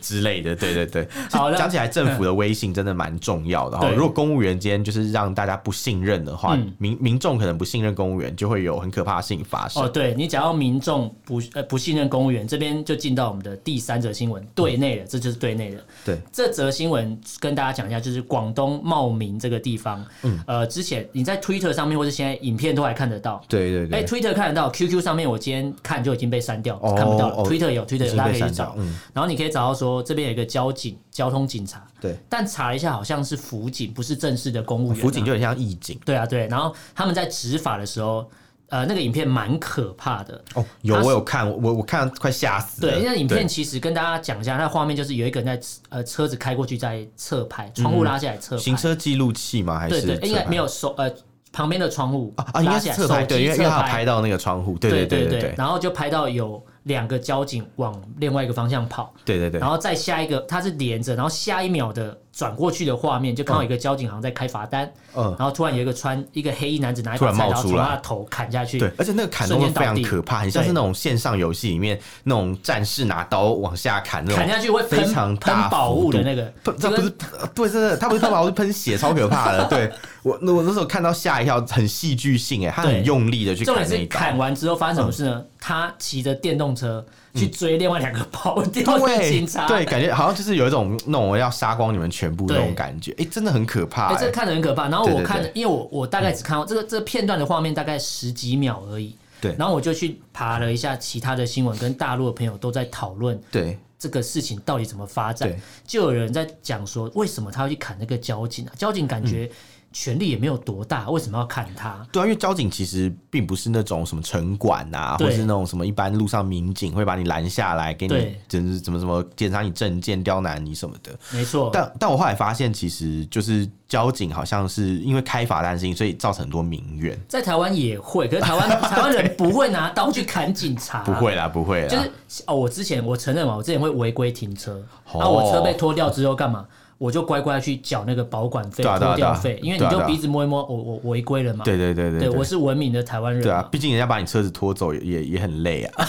Speaker 1: 之类的，对对对。
Speaker 2: 好那
Speaker 1: 讲起来，政府的威信真的蛮重要的哈。
Speaker 2: 对嗯
Speaker 1: 如果公务员今天就是让大家不信任的话，民民众可能不信任公务员，就会有很可怕的事情发生。
Speaker 2: 哦，对你讲到民众不呃不信任公务员，这边就进到我们的第三则新闻，对内的，这就是对内的。
Speaker 1: 对，
Speaker 2: 这则新闻跟大家讲一下，就是广东茂名这个地方，
Speaker 1: 嗯
Speaker 2: 呃，之前你在 Twitter 上面或者现在影片都还看得到。
Speaker 1: 对对
Speaker 2: 哎、t w i t t e r 看得到，QQ 上面我今天看就已经被删掉，
Speaker 1: 哦
Speaker 2: 看不到了。
Speaker 1: 哦
Speaker 2: Twitter 有
Speaker 1: 已
Speaker 2: Twitter，有
Speaker 1: 经
Speaker 2: 大家可
Speaker 1: 被
Speaker 2: 以去
Speaker 1: 删
Speaker 2: 找
Speaker 1: 掉。嗯，
Speaker 2: 然后你可以找到说这边有一个交警，交通警察，
Speaker 1: 对。
Speaker 2: 但查了一下，好像是辅警，不是正式的公务员啊、
Speaker 1: 哦辅警就很像义警
Speaker 2: 对啊，对。然后他们在执法的时候，呃，那个影片蛮可怕的。
Speaker 1: 哦，有
Speaker 2: 他是
Speaker 1: 我有看，我我看快吓死了。
Speaker 2: 对，那影
Speaker 1: 啊对
Speaker 2: 片其实跟大家讲一下，那画面就是有一个人在呃车子开过去，在侧拍，窗户拉下来侧拍，
Speaker 1: 嗯行车记录器吗？还
Speaker 2: 对
Speaker 1: 是
Speaker 2: 对，应该没
Speaker 1: 有
Speaker 2: 有手呃旁边的窗户
Speaker 1: 啊啊，应该
Speaker 2: 拉
Speaker 1: 是
Speaker 2: 下来
Speaker 1: 侧拍
Speaker 2: 手
Speaker 1: 对，
Speaker 2: 机
Speaker 1: 因为因为
Speaker 2: 侧
Speaker 1: 他有拍到那个窗户，对
Speaker 2: 对
Speaker 1: 对
Speaker 2: 对
Speaker 1: 对
Speaker 2: 然后就拍到有两个交警往另外一个方向跑，
Speaker 1: 对对对
Speaker 2: 然后再下一个它是连着，然后下一秒的转过去的画面就看到一个交警好像在开罚单，
Speaker 1: 嗯
Speaker 2: 然后突然有一个穿一个黑衣男子拿一
Speaker 1: 突
Speaker 2: 把
Speaker 1: 然
Speaker 2: 菜
Speaker 1: 冒
Speaker 2: 刀
Speaker 1: 出
Speaker 2: 从
Speaker 1: 来
Speaker 2: 他的头砍下去，
Speaker 1: 对，而且那个砍动作非常可怕，很像是那种线上游戏里面那种战士拿刀往下砍那种，
Speaker 2: 砍下去会喷
Speaker 1: 非常
Speaker 2: 喷
Speaker 1: 大
Speaker 2: 宝
Speaker 1: 幅
Speaker 2: 物的
Speaker 1: 度
Speaker 2: 那个，
Speaker 1: 不，这
Speaker 2: 这个
Speaker 1: 不是对，真的，他不是喷毛，是喷血，超可怕的。对我，那我那时候看到吓一跳，很戏剧性哎，他
Speaker 2: 对
Speaker 1: 很用力的去
Speaker 2: 重
Speaker 1: 砍
Speaker 2: 点
Speaker 1: 那一
Speaker 2: 是
Speaker 1: 刀，嗯
Speaker 2: 砍完之后发生什么事呢？他骑着电动车去追另外两个跑掉的警察。
Speaker 1: 对，感觉好像就是有一种那种我要杀光你们全部那种感觉，哎，真的很可怕
Speaker 2: 哎、
Speaker 1: 哎
Speaker 2: 这。看着很可怕。然后
Speaker 1: 对
Speaker 2: 我
Speaker 1: 对
Speaker 2: 看，
Speaker 1: 对
Speaker 2: 因为我我大概只看到这个这个片段的画面，大概十几秒而已。
Speaker 1: 对
Speaker 2: 然后我就去爬了一下其他的新闻，跟大陆的朋友都在讨论
Speaker 1: 对，
Speaker 2: 这个事情到底怎么发展
Speaker 1: 对。
Speaker 2: 就有人在讲说，为什么他要去砍那个交警啊？交警感觉
Speaker 1: 嗯
Speaker 2: 权力也没有多大，为什么要砍他？
Speaker 1: 对啊，因为交警其实并不是那种什么城管啊，
Speaker 2: 对
Speaker 1: 或是那种什么一般路上民警会把你拦下来，给你
Speaker 2: 对
Speaker 1: 就是怎么怎么检查你证件、刁难你什么的。
Speaker 2: 没错，
Speaker 1: 但但我后来发现，其实就是交警好像是因为开罚单事情，所以造成很多民怨。
Speaker 2: 在台湾也会，可 是台湾台湾人不会拿刀去砍警察、
Speaker 1: 不会啦，不会啦，
Speaker 2: 就是哦，我之前我承认嘛，我之前会违规停车，
Speaker 1: 哦
Speaker 2: 然后我车被拖掉之后干嘛？我就乖乖去缴那个保管费、
Speaker 1: 对啊对啊
Speaker 2: 拖掉
Speaker 1: 对啊
Speaker 2: 费，因为
Speaker 1: 对
Speaker 2: 你
Speaker 1: 啊
Speaker 2: 就
Speaker 1: 对啊
Speaker 2: 鼻子摸一摸，我我我违规了嘛。
Speaker 1: 对对对对
Speaker 2: 对我是文明的台湾人
Speaker 1: 对啊
Speaker 2: 嘛，，
Speaker 1: 毕竟人家把你车子拖走也也也很累啊，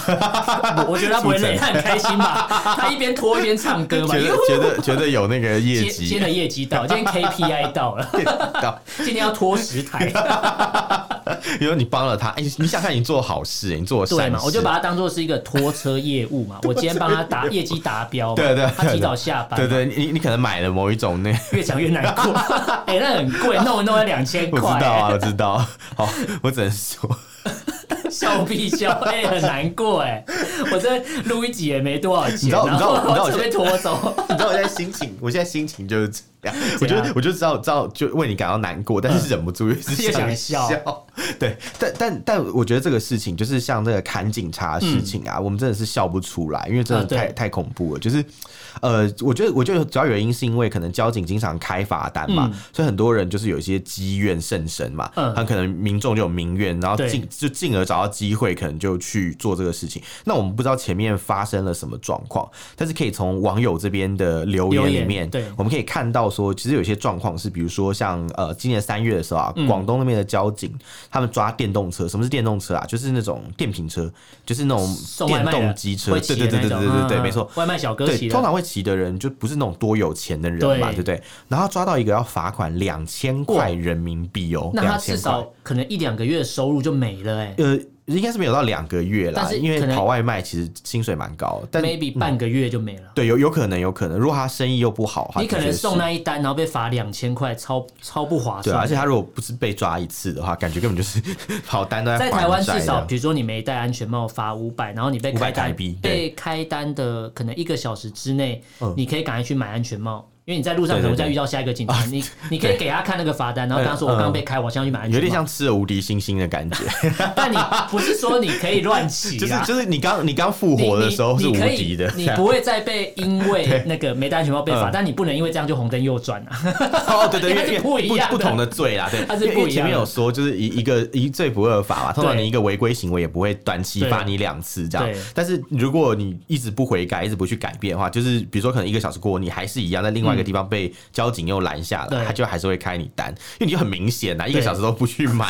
Speaker 2: 我我觉得 他不会累，他很开心吧？他一边拖一边唱歌嘛
Speaker 1: 觉，得觉得觉得有那个业
Speaker 2: 接接
Speaker 1: 绩啊
Speaker 2: 了业绩到，今天 KPI 到 了，
Speaker 1: 到，
Speaker 2: 今天要拖十 台，
Speaker 1: 比如你帮了他，哎，你想看你做好事，欸你做
Speaker 2: 对
Speaker 1: 善
Speaker 2: 嘛？
Speaker 1: 事，
Speaker 2: 我就把它当做是一个拖车业 务嘛，我今天帮他达业绩达标嘛，
Speaker 1: 对对对
Speaker 2: 他提早下班，
Speaker 1: 对对，你你可能买了某一 种那，
Speaker 2: 越讲越 难过，哎、那很贵，弄一弄要两千
Speaker 1: 我
Speaker 2: 块，
Speaker 1: 知道啊，我知道，好，我只能说，
Speaker 2: 笑屁笑，哎、很难过 哎、我这录一集也没多少
Speaker 1: 你
Speaker 2: 钱，
Speaker 1: 知道你
Speaker 2: 然后
Speaker 1: 知道
Speaker 2: 我
Speaker 1: 你知道我
Speaker 2: 就被拖走，
Speaker 1: 你知道我现在心情，我现在心情就是这 样，我就我就知道知道就为你感到难过，但
Speaker 2: 嗯
Speaker 1: 是忍不住又是
Speaker 2: 又想 笑
Speaker 1: 笑。 对，但但但我觉得这个事情就是像那个砍警察的事情啊，我们真的是笑不出来，因为真
Speaker 2: 嗯啊
Speaker 1: 的
Speaker 2: 对
Speaker 1: 太、太恐怖了。就是呃，我觉得我觉得主要原因是因为可能交警经常开罚单嘛，所以很多人就是有一些积怨甚深嘛，
Speaker 2: 嗯
Speaker 1: 很可能民众就有民怨，然后
Speaker 2: 对
Speaker 1: 进就进而找到机会，可能就去做这个事情。那我们不知道前面发生了什么状况，但是可以从网友这边的留
Speaker 2: 留
Speaker 1: 言里
Speaker 2: 言
Speaker 1: 面，
Speaker 2: 对
Speaker 1: 我们可以看到说，其实有些状况是，比如说像呃，今年三月的时候啊，
Speaker 2: 嗯
Speaker 1: 广东那边的交警他们抓电动车，什么是电动车啊？就是那种电瓶车，就是那种
Speaker 2: 送外
Speaker 1: 电
Speaker 2: 卖的
Speaker 1: 动机车，
Speaker 2: 会
Speaker 1: 对
Speaker 2: 骑
Speaker 1: 对对
Speaker 2: 的
Speaker 1: 对对
Speaker 2: 那种，
Speaker 1: 对对对，
Speaker 2: 嗯
Speaker 1: 没错。，
Speaker 2: 外卖小哥
Speaker 1: 对
Speaker 2: 骑，
Speaker 1: 通
Speaker 2: 的，
Speaker 1: 常会骑的人就不是那种多有钱的人嘛，
Speaker 2: 对
Speaker 1: 对不对？然后抓到一个要罚款两千块人民币哦，
Speaker 2: 那他
Speaker 1: 两
Speaker 2: 至
Speaker 1: 千块
Speaker 2: 少。可能一两个月的收入就没了哎、
Speaker 1: 呃，应该是没有到两个月啦
Speaker 2: 但，是
Speaker 1: 因为
Speaker 2: 可能
Speaker 1: 跑外卖其实薪水蛮高的，但
Speaker 2: maybe 半个月就没了。
Speaker 1: 对有有可能有可能，如果他生意又不好的话，
Speaker 2: 你可
Speaker 1: 的
Speaker 2: 能
Speaker 1: 确是
Speaker 2: 送那一单，然后被罚两千块，超超不划
Speaker 1: 对啊，而
Speaker 2: 算。
Speaker 1: 且他如果不是被抓一次的话，感觉根本就是 跑单都
Speaker 2: 在
Speaker 1: 还
Speaker 2: 台湾
Speaker 1: 债
Speaker 2: 至
Speaker 1: 这
Speaker 2: 少，
Speaker 1: 样
Speaker 2: 比如说你没戴安全帽罚五百，然后你被
Speaker 1: 500
Speaker 2: 开单
Speaker 1: 台币
Speaker 2: 被
Speaker 1: 对嗯
Speaker 2: 开单的可能一个小时之内，你可以赶快去买安全帽。因为你在路上可能
Speaker 1: 对对
Speaker 2: 再
Speaker 1: 对
Speaker 2: 遇到下一个警 察，你你可以给他看那个罚单，然后跟他说
Speaker 1: 嗯
Speaker 2: 我刚刚被开，我现在去买安
Speaker 1: 有
Speaker 2: 全
Speaker 1: 点
Speaker 2: 帽。
Speaker 1: 像吃了无敌星星的 感觉，
Speaker 2: 但你不是说你可以乱骑
Speaker 1: 就是
Speaker 2: 啊，
Speaker 1: 就是你刚你刚复
Speaker 2: 你
Speaker 1: 活的时候是
Speaker 2: 你
Speaker 1: 无
Speaker 2: 你可以
Speaker 1: 敌的，
Speaker 2: 你不会再被因为那个没戴安全帽被罚，
Speaker 1: 嗯
Speaker 2: 但你不能因为这样就红灯右转啊。
Speaker 1: 哦，对对，
Speaker 2: 因
Speaker 1: 因为
Speaker 2: 为它是不一样
Speaker 1: 不
Speaker 2: 的
Speaker 1: 同的罪啦，对，
Speaker 2: 它是不一样的
Speaker 1: 因为前面有说，就是一一个一罪不二法嘛，通常
Speaker 2: 对
Speaker 1: 你一个违规行为也不会短期
Speaker 2: 对
Speaker 1: 罚你两次这样
Speaker 2: 对，
Speaker 1: 但是如果你一直不悔改，一直不去改变的话，就是比如说可能一个小时过后，你还是一样，但另外一个地方被交警又拦下
Speaker 2: 对
Speaker 1: 来，他就还是会开你单，因为你就很明显啊呐，一个小时都不去 买，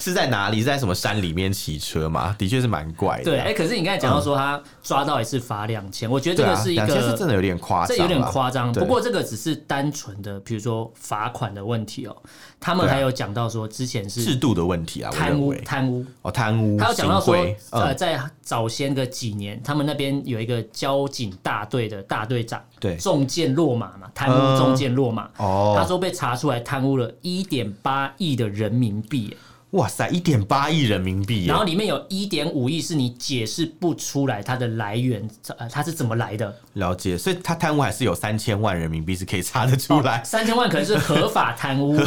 Speaker 1: 是在哪里？是在什么山里面骑车嘛？的确是蛮怪的。
Speaker 2: 对，哎、可是你刚才讲到说他抓到一次罚两千，我觉得这
Speaker 1: 对
Speaker 2: 个
Speaker 1: 啊，
Speaker 2: 是一
Speaker 1: 两
Speaker 2: 个
Speaker 1: 千是真的有点夸
Speaker 2: 这
Speaker 1: 张，啊
Speaker 2: 有点。夸张。
Speaker 1: 对
Speaker 2: 不过这个只是单纯的，比如说罚款的问题哦、他们
Speaker 1: 对啊
Speaker 2: 还有讲到说，之前
Speaker 1: 制
Speaker 2: 是
Speaker 1: 度的问题啊，我
Speaker 2: 贪
Speaker 1: 认
Speaker 2: 污
Speaker 1: 为
Speaker 2: 贪污，
Speaker 1: 哦，贪污，
Speaker 2: 他有讲到说
Speaker 1: 行贿，
Speaker 2: 呃，
Speaker 1: 嗯，
Speaker 2: 在早先的几年，他们那边有一个交警大队的大队长，
Speaker 1: 对
Speaker 2: 中箭落马嘛，贪污
Speaker 1: 嗯
Speaker 2: 中箭落马。他
Speaker 1: 哦，
Speaker 2: 说被查出来贪污了一点八亿的人民币耶，
Speaker 1: 哇塞，一点八亿人民币耶，
Speaker 2: 然后里面有一点五亿是你解释不出来它的来源，呃，它是怎么来的？
Speaker 1: 了解，所以他贪污还是有三千万人民币是可以查得出 来，
Speaker 2: 三千万可能是合法 贪污，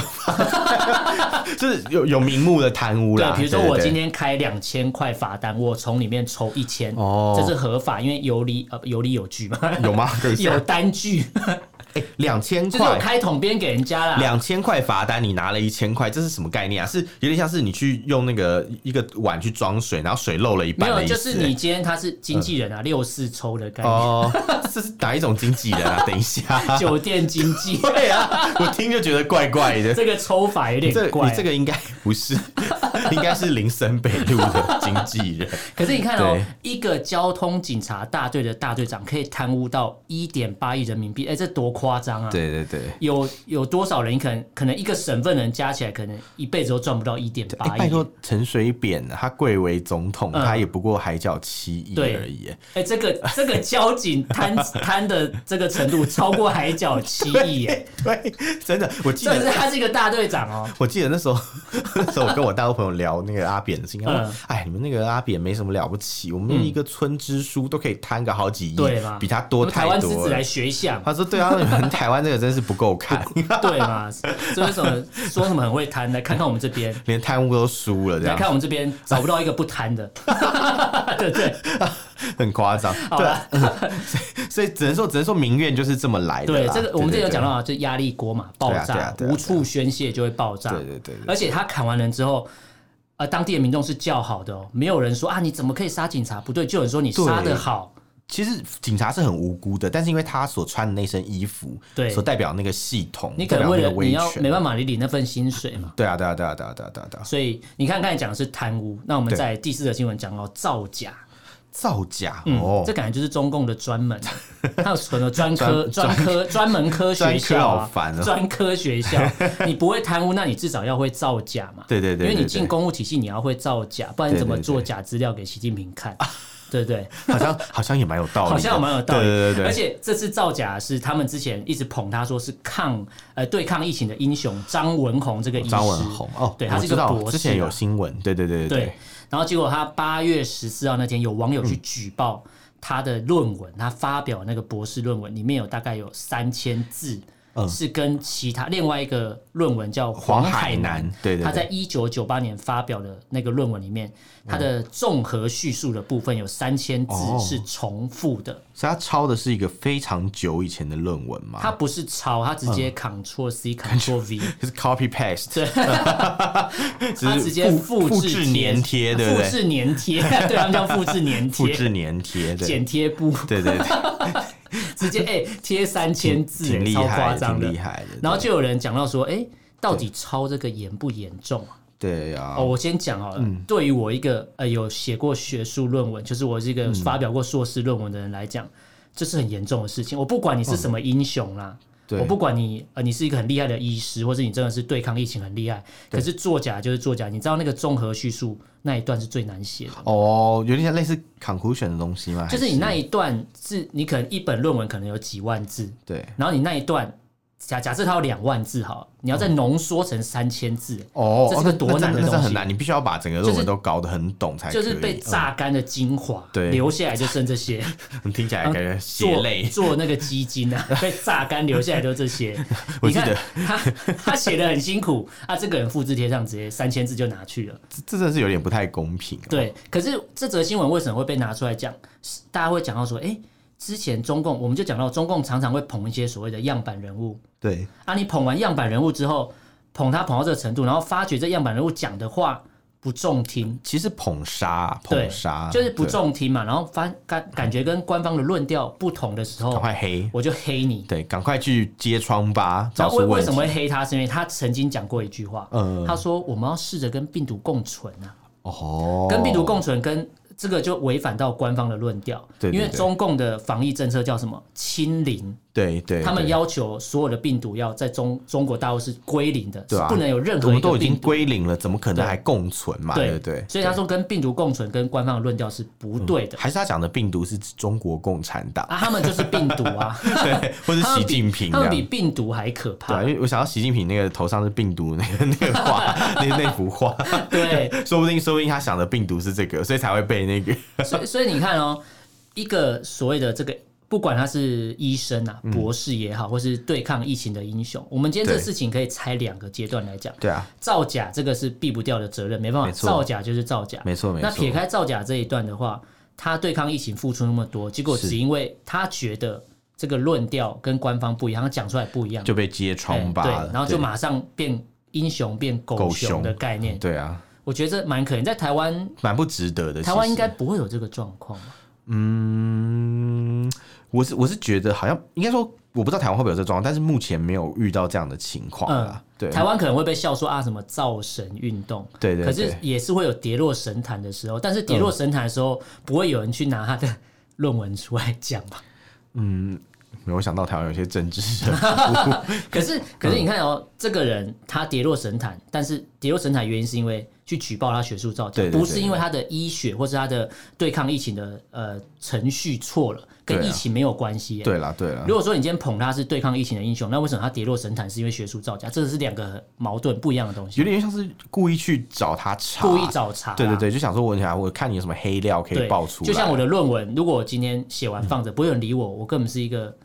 Speaker 1: 就是有有名目的贪污啦。
Speaker 2: 对，比如说我
Speaker 1: 对对
Speaker 2: 今天开两千块罚单，我从里面抽一千，
Speaker 1: 哦嗯
Speaker 2: 这是合法，因为有理呃有理有据嘛，
Speaker 1: 有吗？ 哎
Speaker 2: 有 单据，
Speaker 1: 两千
Speaker 2: 就是我啊
Speaker 1: 块，
Speaker 2: 开桶边给人家啦。
Speaker 1: 两千块罚单，你拿了一千块，这是什么概念啊？是有点像是你去用那个一个碗去装水，然后水漏了一
Speaker 2: 没
Speaker 1: 半
Speaker 2: 有
Speaker 1: 的，意思。
Speaker 2: 就是你今天他是经纪人啊，六四抽的概念，
Speaker 1: 嗯哦， 这是哪一种经纪人 啊？等一下，
Speaker 2: 酒店经 纪
Speaker 1: 对啊，我听就觉得怪怪的。
Speaker 2: 这个抽法有点
Speaker 1: 这
Speaker 2: 怪
Speaker 1: 你。这个应该不是， 应该是林森北路的经纪人。
Speaker 2: 可是你看哦
Speaker 1: 对，
Speaker 2: 一个交通警察大队的大队长可以贪污到一点八亿人民币，哎，这多夸张啊！
Speaker 1: 对对对。
Speaker 2: 有有多少人可能可能一个省份人加起来，可能一辈子都赚不到一点
Speaker 1: 哎、
Speaker 2: 八
Speaker 1: 拜
Speaker 2: 亿？
Speaker 1: 托，陈水扁他贵为总统，
Speaker 2: 嗯
Speaker 1: 他也不过海角七亿
Speaker 2: 对
Speaker 1: 而已。
Speaker 2: 哎、这个这个交警贪 贪的这个程度超过海角七亿耶！
Speaker 1: 对， 真的，我记
Speaker 2: 这是
Speaker 1: 得。
Speaker 2: 他是一个大队长哦，
Speaker 1: 我记得那时候， 那时候我跟我大陆朋友聊那个阿扁的事情，他说
Speaker 2: 嗯：“
Speaker 1: 哎、你们那个阿扁没什么了不起，我们一个村支书都可以贪个好几亿，
Speaker 2: 嗯对嘛
Speaker 1: 比他
Speaker 2: 我
Speaker 1: 多
Speaker 2: 们台
Speaker 1: 太
Speaker 2: 湾之
Speaker 1: 多
Speaker 2: 子
Speaker 1: 了
Speaker 2: 来。学一下”嘛，
Speaker 1: 他说：“对啊，你们台湾这个真是不够看，
Speaker 2: 对嘛？所以什么说什么很会贪，来看看我们这边，
Speaker 1: 连贪污都输了，这
Speaker 2: 来
Speaker 1: 样
Speaker 2: 看我们这边找不到一个不 贪的，对不对？
Speaker 1: 很夸张。
Speaker 2: 好
Speaker 1: 对
Speaker 2: 了
Speaker 1: 啊，，所以 只能说，只能说民怨就是这么来的
Speaker 2: 对
Speaker 1: 啦。
Speaker 2: 这个我们这
Speaker 1: 对
Speaker 2: 有讲到，啊，就压力锅嘛，爆
Speaker 1: 对啊对
Speaker 2: 炸
Speaker 1: 啊，对啊
Speaker 2: 无处宣泄就会爆炸
Speaker 1: 对。对对对
Speaker 2: 而且他砍完人之后，呃，当地的民众是叫好的哦，没有人说啊你怎么可以杀警察？不对，就有人说你杀
Speaker 1: 对
Speaker 2: 的好，
Speaker 1: 其实警察是很无辜的，但是因为他所穿的那身衣服，
Speaker 2: 对
Speaker 1: 所代表那个系统，
Speaker 2: 你可能为
Speaker 1: 代
Speaker 2: 了
Speaker 1: 表那个
Speaker 2: 你要
Speaker 1: 威权啊
Speaker 2: 没办法你领那份薪水嘛。
Speaker 1: 对啊，对啊，对啊，对啊，对啊，对啊，对啊，
Speaker 2: 所以你看刚才讲的是贪污，那我们
Speaker 1: 对
Speaker 2: 在第四则新闻讲到造假，
Speaker 1: 造假、
Speaker 2: 嗯，
Speaker 1: 哦
Speaker 2: 这，感觉就是中共的 专门，它有存了专科、
Speaker 1: 专
Speaker 2: 专科、专门科学校
Speaker 1: 专科好
Speaker 2: 啊
Speaker 1: 烦，哦
Speaker 2: 专科学校，你不会贪污，那你至少要会造假嘛，
Speaker 1: 对对对对
Speaker 2: 因为你进公务体系，你要会造假，不然你怎么
Speaker 1: 对对对
Speaker 2: 做假资料给习近平 看？对不对？
Speaker 1: 好像好像也蛮有道理的，
Speaker 2: 好像有蛮有道理。
Speaker 1: 对对对对，
Speaker 2: 而且这次造假是他们之前一直捧他说是抗呃对抗疫情的英雄张文宏这个医师，
Speaker 1: 张文宏哦，
Speaker 2: 对，他
Speaker 1: 我
Speaker 2: 是一
Speaker 1: 知
Speaker 2: 个
Speaker 1: 道
Speaker 2: 博士啊，
Speaker 1: 之前有新闻，对对对
Speaker 2: 对，然后结果他八月十四号那天有网友去举报他的论文，他发表那个博士论文里面有大概有三千字。
Speaker 1: 嗯
Speaker 2: 是跟其他另外一个论文叫
Speaker 1: 黄
Speaker 2: 海
Speaker 1: 海南对对对
Speaker 2: 他在一九九八年发表的那个论文里面，他的综合叙述的部分有三千字
Speaker 1: 哦
Speaker 2: 是重复的，
Speaker 1: 所以他抄的是一个非常久以前的论文嘛，
Speaker 2: 他不是抄，他直接
Speaker 1: 嗯
Speaker 2: Ctrl C Ctrl V，
Speaker 1: 就是 copy paste，只
Speaker 2: 他
Speaker 1: 是
Speaker 2: 直接
Speaker 1: 复
Speaker 2: 复
Speaker 1: 制
Speaker 2: 制
Speaker 1: 粘贴，对不
Speaker 2: 复
Speaker 1: 对？
Speaker 2: 制粘贴， 对，他们叫复制粘
Speaker 1: 复
Speaker 2: 贴，
Speaker 1: 制粘贴，对
Speaker 2: 剪贴布，
Speaker 1: 对对对，
Speaker 2: 直接哎贴三千字，
Speaker 1: 挺
Speaker 2: 哎
Speaker 1: 厉
Speaker 2: 超
Speaker 1: 害
Speaker 2: 夸
Speaker 1: 的，
Speaker 2: 张
Speaker 1: 挺
Speaker 2: 的
Speaker 1: 厉。害的。
Speaker 2: 然后就有人讲到说，哎，到底抄这个严不严重啊？
Speaker 1: 对啊
Speaker 2: 哦，，我先讲好了。
Speaker 1: 嗯
Speaker 2: 对于我一个呃有写过学术论文，就是我是一个
Speaker 1: 嗯
Speaker 2: 发表过硕士论文的人来讲，这是很严重的事情。我不管你是什么英雄啦，
Speaker 1: 嗯对
Speaker 2: 我不管你呃你是一个很厉害的医师，或是你真的是对抗疫情很厉害，可是作假就是作假。你知道那个综合叙述那一段是最难写的。
Speaker 1: 哦，有点像类似 conclusion 的东西吗？
Speaker 2: 就是
Speaker 1: 还
Speaker 2: 你那一段是，你可能一本论文可能有几万字，
Speaker 1: 对
Speaker 2: 然后你那一段假假设它有两万字好了，你要
Speaker 1: 嗯
Speaker 2: 再浓缩成三千字，
Speaker 1: 哦，
Speaker 2: 这是个
Speaker 1: 哦那
Speaker 2: 多
Speaker 1: 那
Speaker 2: 难
Speaker 1: 真
Speaker 2: 的
Speaker 1: 那
Speaker 2: 东
Speaker 1: 是
Speaker 2: 西
Speaker 1: 很难，你必须要把整个论文都搞得很懂才可
Speaker 2: 就
Speaker 1: 以。嗯
Speaker 2: 是被榨干的精华，
Speaker 1: 对
Speaker 2: 留下来就剩这些。
Speaker 1: 嗯，听起来感觉血
Speaker 2: 做
Speaker 1: 泪。
Speaker 2: 做那个基金 啊，被榨干留下来就这些。
Speaker 1: 我
Speaker 2: 你
Speaker 1: 记
Speaker 2: 看
Speaker 1: 得
Speaker 2: 他他写的很辛苦啊，这个人复制贴上直接三千字就拿去了。
Speaker 1: 这这真的是有点不太公平。啊
Speaker 2: 对，可是这则新闻为什么会被拿出来讲？是大家会讲到说，哎、之前中共我们就讲到中共常常会捧一些所谓的样板人物，
Speaker 1: 对，
Speaker 2: 啊，你捧完样板人物之后，捧他捧到这个程度，然后发觉这样板人物讲的话不中听，
Speaker 1: 其实捧杀
Speaker 2: 对
Speaker 1: 捧杀
Speaker 2: 就是不，中听嘛，然后发感感觉跟官方的论调不同的时
Speaker 1: 对赶
Speaker 2: 候，
Speaker 1: 快黑，
Speaker 2: 我就黑你。
Speaker 1: 对，赶快去揭疮疤，
Speaker 2: 然
Speaker 1: 找出
Speaker 2: 后为为
Speaker 1: 问
Speaker 2: 什
Speaker 1: 题
Speaker 2: 么。会黑他？是因为他曾经讲过一句话，
Speaker 1: 嗯
Speaker 2: 他说我们要试着跟病毒共存啊，
Speaker 1: 哦，
Speaker 2: 跟病毒共存跟。这个就违反到官方的论调，
Speaker 1: 对对
Speaker 2: 因为
Speaker 1: 对
Speaker 2: 中共的防疫政策叫什么清零，
Speaker 1: 对对，
Speaker 2: 他们
Speaker 1: 对
Speaker 2: 要求所有的病毒要在中中国大陆是归零的，
Speaker 1: 对啊
Speaker 2: 是不能有任
Speaker 1: 我
Speaker 2: 何一
Speaker 1: 们
Speaker 2: 个
Speaker 1: 都已
Speaker 2: 病
Speaker 1: 经
Speaker 2: 毒。
Speaker 1: 归零了，怎么可能
Speaker 2: 对
Speaker 1: 还共存嘛？对
Speaker 2: 对
Speaker 1: 不对，嗯
Speaker 2: 所以他说跟病毒共存跟官方的论调是不对的、
Speaker 1: 还是他讲的病毒是指中国共产党，
Speaker 2: 啊，他们就是病毒 啊，
Speaker 1: 对，或是
Speaker 2: 他们
Speaker 1: 习
Speaker 2: 比
Speaker 1: 近平
Speaker 2: 他
Speaker 1: 这
Speaker 2: 们
Speaker 1: 样
Speaker 2: 比。病毒还可
Speaker 1: 对啊，
Speaker 2: 怕。
Speaker 1: 因为我想到习近平那个头上是病毒那个那个画， 那那幅画，
Speaker 2: 对，
Speaker 1: 说不定说不定他想的病毒是这个，所以才会被那个
Speaker 2: 所以所以你看哦，一个所谓的这个，不管他是医生啊、博士也好，或是对抗疫情的英雄，我们今天这
Speaker 1: 嗯对
Speaker 2: 事情可以拆两个阶段来讲。
Speaker 1: 对啊，
Speaker 2: 造假这个是避不掉的责任，没办法，
Speaker 1: 没错
Speaker 2: 造假就是造假。
Speaker 1: 没错没错
Speaker 2: 那撇开造假这一段的话，他对抗疫情付出那么多，结果
Speaker 1: 是
Speaker 2: 只因为他觉得这个论调跟官方不一样，他讲出来不一样，
Speaker 1: 就被揭疮疤
Speaker 2: 对，
Speaker 1: 了，
Speaker 2: 然后就
Speaker 1: 哎对
Speaker 2: 马上变英雄变狗
Speaker 1: 狗熊
Speaker 2: 熊的概念，
Speaker 1: 对啊，
Speaker 2: 我觉得这蛮可怜。在台湾，
Speaker 1: 蛮不值得的。
Speaker 2: 台湾
Speaker 1: 其实
Speaker 2: 应该不会有这个状况吧。
Speaker 1: 嗯，我是我是觉得好像应该说，我不知道台湾会不会有这状况，但是目前没有遇到这样的情况
Speaker 2: 嗯
Speaker 1: 啦。对，
Speaker 2: 台湾可能会被笑说啊什么造神运动，
Speaker 1: 对对
Speaker 2: 可是
Speaker 1: 对
Speaker 2: 也是会有跌落神坛的时候，但是跌落神坛的时候，不会有人去拿他的论文出来讲吧？
Speaker 1: 没有想到台湾有些政治人，
Speaker 2: 可
Speaker 1: 嗯
Speaker 2: 是，可是你看哦，这个人他跌落神坛，但是跌落神坛原因是因为去举报他学术造假，
Speaker 1: 对对对
Speaker 2: 不是因为他的医学或是他的呃对抗疫情的呃程序错了，跟
Speaker 1: 对啊
Speaker 2: 疫情没有关系耶。
Speaker 1: 对啦对啦
Speaker 2: 如，果说你今天捧他是对抗疫情的英雄，那为什么他跌落神坛是因为学术造假？这是两个很矛盾不一样的东西，
Speaker 1: 有点像是故意去找他查，
Speaker 2: 故意找茬啦。
Speaker 1: 对对对，就想说我想我看你有什么黑料可以
Speaker 2: 对，
Speaker 1: 爆出来，嗯
Speaker 2: 就像我的论文，如果我今天写完放着，不会有人理我，我根本是一个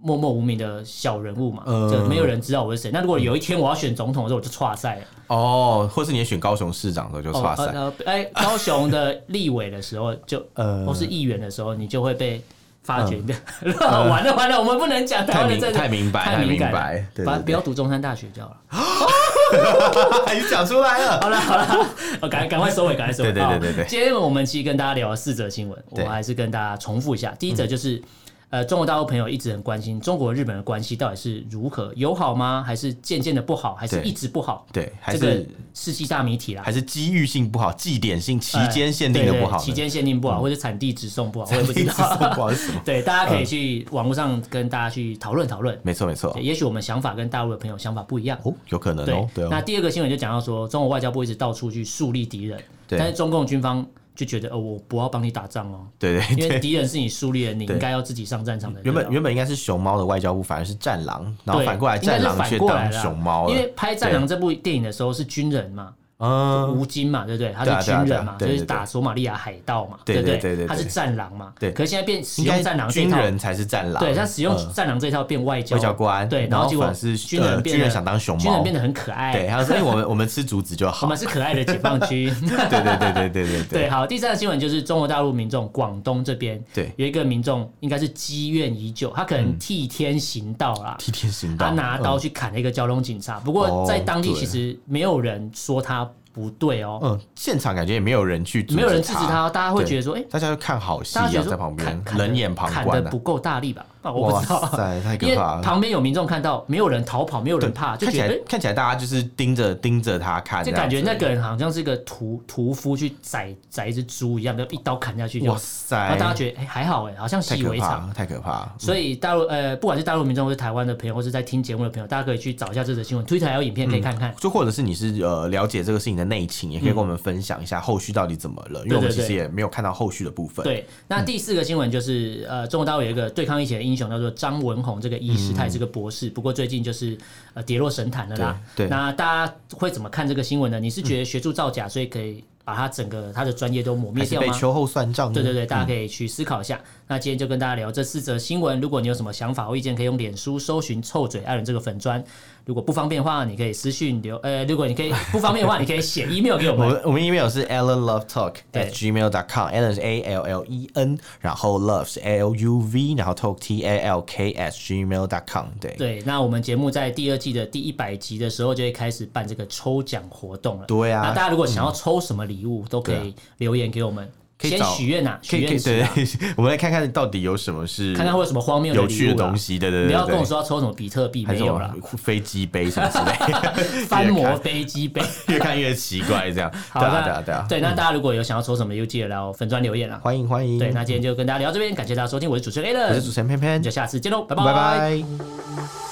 Speaker 2: 默默无名的小人物嘛，
Speaker 1: 嗯
Speaker 2: 就没有人知道我是谁。那如果有一天我要选总统的时候，我就 岔赛了。
Speaker 1: 哦，或是你选高雄市长的时候就
Speaker 2: 哦
Speaker 1: 哇
Speaker 2: 呃
Speaker 1: 塞，
Speaker 2: 呃哎，高雄的立委的时候就，
Speaker 1: 呃
Speaker 2: 或是议员的时候，你就会被。发觉你的、 完了完了，我们不能讲台
Speaker 1: 太
Speaker 2: 湾的
Speaker 1: 明
Speaker 2: 政治
Speaker 1: 太明白
Speaker 2: 太
Speaker 1: 明
Speaker 2: 敏感了
Speaker 1: 白，对
Speaker 2: 把
Speaker 1: 对
Speaker 2: 不
Speaker 1: 对
Speaker 2: 要读中山大学就好了。
Speaker 1: 对，你讲出来了，
Speaker 2: 好了好了，我赶赶快收尾，赶快收
Speaker 1: 对
Speaker 2: 尾。
Speaker 1: 对对对
Speaker 2: 好
Speaker 1: 对
Speaker 2: 今天我们其实跟大家聊了四则新闻，我
Speaker 1: 对
Speaker 2: 还是跟大家重复一下。第一则就是，
Speaker 1: 嗯
Speaker 2: 呃，中国大陆朋友一直很关心中国日本的关系到底是如何，友好吗？还是渐渐的不好？还是
Speaker 1: 对
Speaker 2: 一直不好？
Speaker 1: 对，还
Speaker 2: 这个
Speaker 1: 是
Speaker 2: 世纪大谜题啦哎
Speaker 1: 还。是机遇性不好，祭点性期间限定的
Speaker 2: 对对
Speaker 1: 不好呢，嗯
Speaker 2: 期间限定不好，或者产地直送不好，我也不知
Speaker 1: 产地直送
Speaker 2: 道。
Speaker 1: 不好是什么
Speaker 2: 对，大家可以去网络上跟大家去讨论讨论。
Speaker 1: 没错没错
Speaker 2: 对，也许我们想法跟大陆的朋友想法不一样。
Speaker 1: 哦，有可能
Speaker 2: 对，
Speaker 1: 哦，对
Speaker 2: 那
Speaker 1: 哦，
Speaker 2: 第二个新闻就讲到说，中国外交部一直到处去树立敌人，
Speaker 1: 对
Speaker 2: 但是中共军方就觉得，哦，我不要帮你打仗哦，
Speaker 1: 对 对
Speaker 2: 因
Speaker 1: 对
Speaker 2: 为。敌人是你树立的，你应该要自己上战场的。
Speaker 1: 原本
Speaker 2: 对吧
Speaker 1: 原本应该是熊猫的外交部，反而是战狼，然后
Speaker 2: 对
Speaker 1: 反过来战
Speaker 2: 应该
Speaker 1: 狼
Speaker 2: 是反
Speaker 1: 却
Speaker 2: 过来
Speaker 1: 当
Speaker 2: 啦
Speaker 1: 熊猫
Speaker 2: 因
Speaker 1: 了
Speaker 2: 为。拍《战狼》这部电影的时候是军人嘛，
Speaker 1: 嗯，
Speaker 2: 吴京嘛，对不对？他
Speaker 1: 对啊
Speaker 2: 是
Speaker 1: 对啊
Speaker 2: 军人嘛，
Speaker 1: 对啊对
Speaker 2: 就
Speaker 1: 对
Speaker 2: 是打索马利亚海盗嘛，
Speaker 1: 对
Speaker 2: 不
Speaker 1: 对对对对
Speaker 2: 他是战狼嘛，
Speaker 1: 对
Speaker 2: 可是现在变使
Speaker 1: 应
Speaker 2: 用
Speaker 1: 该
Speaker 2: 战狼这一
Speaker 1: 军
Speaker 2: 套，
Speaker 1: 人才是战狼，
Speaker 2: 对，他使用
Speaker 1: 嗯
Speaker 2: 战狼这一套变外交
Speaker 1: 外交官，
Speaker 2: 对，
Speaker 1: 然
Speaker 2: 后结果
Speaker 1: 反是
Speaker 2: 军人
Speaker 1: 呃
Speaker 2: 变
Speaker 1: 军
Speaker 2: 得
Speaker 1: 人想当熊
Speaker 2: 军人
Speaker 1: 猫
Speaker 2: 变，得很可爱，
Speaker 1: 对，他说哎我们我们吃竹子就
Speaker 2: 我
Speaker 1: 好，
Speaker 2: 们是可爱的解放军。
Speaker 1: 对对对对对对
Speaker 2: 对，好，第三个新闻就是中国大陆民众广东这边，
Speaker 1: 对
Speaker 2: 有一个民众应该是积怨已久，他可能替天行道啦，
Speaker 1: 嗯替天行嗯道，
Speaker 2: 他拿刀去砍了一个交通警察，不过
Speaker 1: 哦
Speaker 2: 在当地
Speaker 1: 对
Speaker 2: 其实没有人说他不对哦，
Speaker 1: 嗯，嗯，现场感觉也没有人去，
Speaker 2: 没有人制止，他，大家会
Speaker 1: 对
Speaker 2: 觉得说，哎，
Speaker 1: 大家就看好戏
Speaker 2: 大家
Speaker 1: 啊，
Speaker 2: 觉得
Speaker 1: 在
Speaker 2: 说
Speaker 1: 旁
Speaker 2: 砍
Speaker 1: 边
Speaker 2: 砍得
Speaker 1: 冷眼旁
Speaker 2: 砍
Speaker 1: 观啊
Speaker 2: 的不，够大力吧？啊我不知
Speaker 1: 哇
Speaker 2: 道，
Speaker 1: 塞，太
Speaker 2: 因为
Speaker 1: 可怕了。
Speaker 2: 旁边有民众看到没有人逃跑，没有人怕，就
Speaker 1: 看起
Speaker 2: 觉
Speaker 1: 来
Speaker 2: 得。
Speaker 1: 看起来大家就是盯着盯着他看
Speaker 2: 就
Speaker 1: 这样子，
Speaker 2: 感觉那个人好像是个屠屠夫去宰宰一只猪一样，就一刀砍下去就，
Speaker 1: 哇
Speaker 2: 然
Speaker 1: 塞，
Speaker 2: 后大家觉得哎、还好哎、好像
Speaker 1: 太
Speaker 2: 习以
Speaker 1: 可
Speaker 2: 为
Speaker 1: 怕
Speaker 2: 常。
Speaker 1: 了，嗯太可怕了。
Speaker 2: 所以大陆呃，不管是大陆民众或是台湾的朋友，或是在听节目的朋友，大家可以去找一下这则新闻，Twitter 还有影片可以看看。
Speaker 1: 嗯就或者是你是呃了解这个事情的内情，也可以跟我们分享一下后续到底怎么了，因为我们
Speaker 2: 嗯对
Speaker 1: 其
Speaker 2: 对
Speaker 1: 实也没有看到后续的部分。
Speaker 2: 对，那
Speaker 1: 嗯
Speaker 2: 第四个新闻就是，呃，中国大陆有一个对抗疫情的英雄，叫做张文宏，这个医师，他也是个博士，不过最近就是呃跌落神坛了啦。
Speaker 1: 嗯对对
Speaker 2: 那大家会怎么看这个新闻呢？你是觉得学术造假，所以可以把他整个他的专业都抹灭
Speaker 1: 还是
Speaker 2: 掉
Speaker 1: 被
Speaker 2: 吗？
Speaker 1: 秋后算账呢？
Speaker 2: 对对对，大家可以去思考一下。那今天就跟大家聊这四则新闻。如果你有什么想法或意见，可以用脸书搜寻“臭嘴艾伦”这个粉砖。如果不方便的话，你可以私讯留。 呃，如果你可以不方便的话，你可以写 email 给我
Speaker 1: 我
Speaker 2: 们。
Speaker 1: 们我们 email 是 Alan Love Talk
Speaker 2: 对
Speaker 1: at gmail dot com，Alan 是 A L L E N，然后 Love 是 A L U V，然后 Talk T A L K at gmail dot com，对
Speaker 2: 对，那我们节目在第二季的第一百集的时候就会开始办这个抽奖活动了。
Speaker 1: 对
Speaker 2: 那
Speaker 1: 啊
Speaker 2: 大，家如果想要抽什么礼物，都可以留言给我们。
Speaker 1: 啊可以
Speaker 2: 先
Speaker 1: 找
Speaker 2: 许愿呐，
Speaker 1: 可
Speaker 2: 许
Speaker 1: 以可以
Speaker 2: 愿池
Speaker 1: 对
Speaker 2: 啊，，
Speaker 1: 我们来看看到底有什么是
Speaker 2: 看看会有什么荒谬
Speaker 1: 有
Speaker 2: 礼物
Speaker 1: 趣的
Speaker 2: 啦
Speaker 1: 东。西，对对对，
Speaker 2: 不要
Speaker 1: 对
Speaker 2: 跟我说要抽什么比特币，
Speaker 1: 还是
Speaker 2: 没
Speaker 1: 什
Speaker 2: 有啦，
Speaker 1: 么，飞机杯什么之类
Speaker 2: 翻
Speaker 1: 越
Speaker 2: 模
Speaker 1: 看
Speaker 2: 飞机杯。
Speaker 1: 越看越奇怪这样，
Speaker 2: 好
Speaker 1: 对啊对
Speaker 2: 的
Speaker 1: 啊，对啊，
Speaker 2: 对，那大家如果有想要抽什么，就记得来我粉砖留言啦。
Speaker 1: 欢迎欢迎，
Speaker 2: 对，那今天就跟大家聊这边，感谢大家收听，我是主持人 a l
Speaker 1: 我
Speaker 2: a
Speaker 1: 是
Speaker 2: n
Speaker 1: 主持人偏偏
Speaker 2: 就，下次见喽，拜
Speaker 1: 拜拜。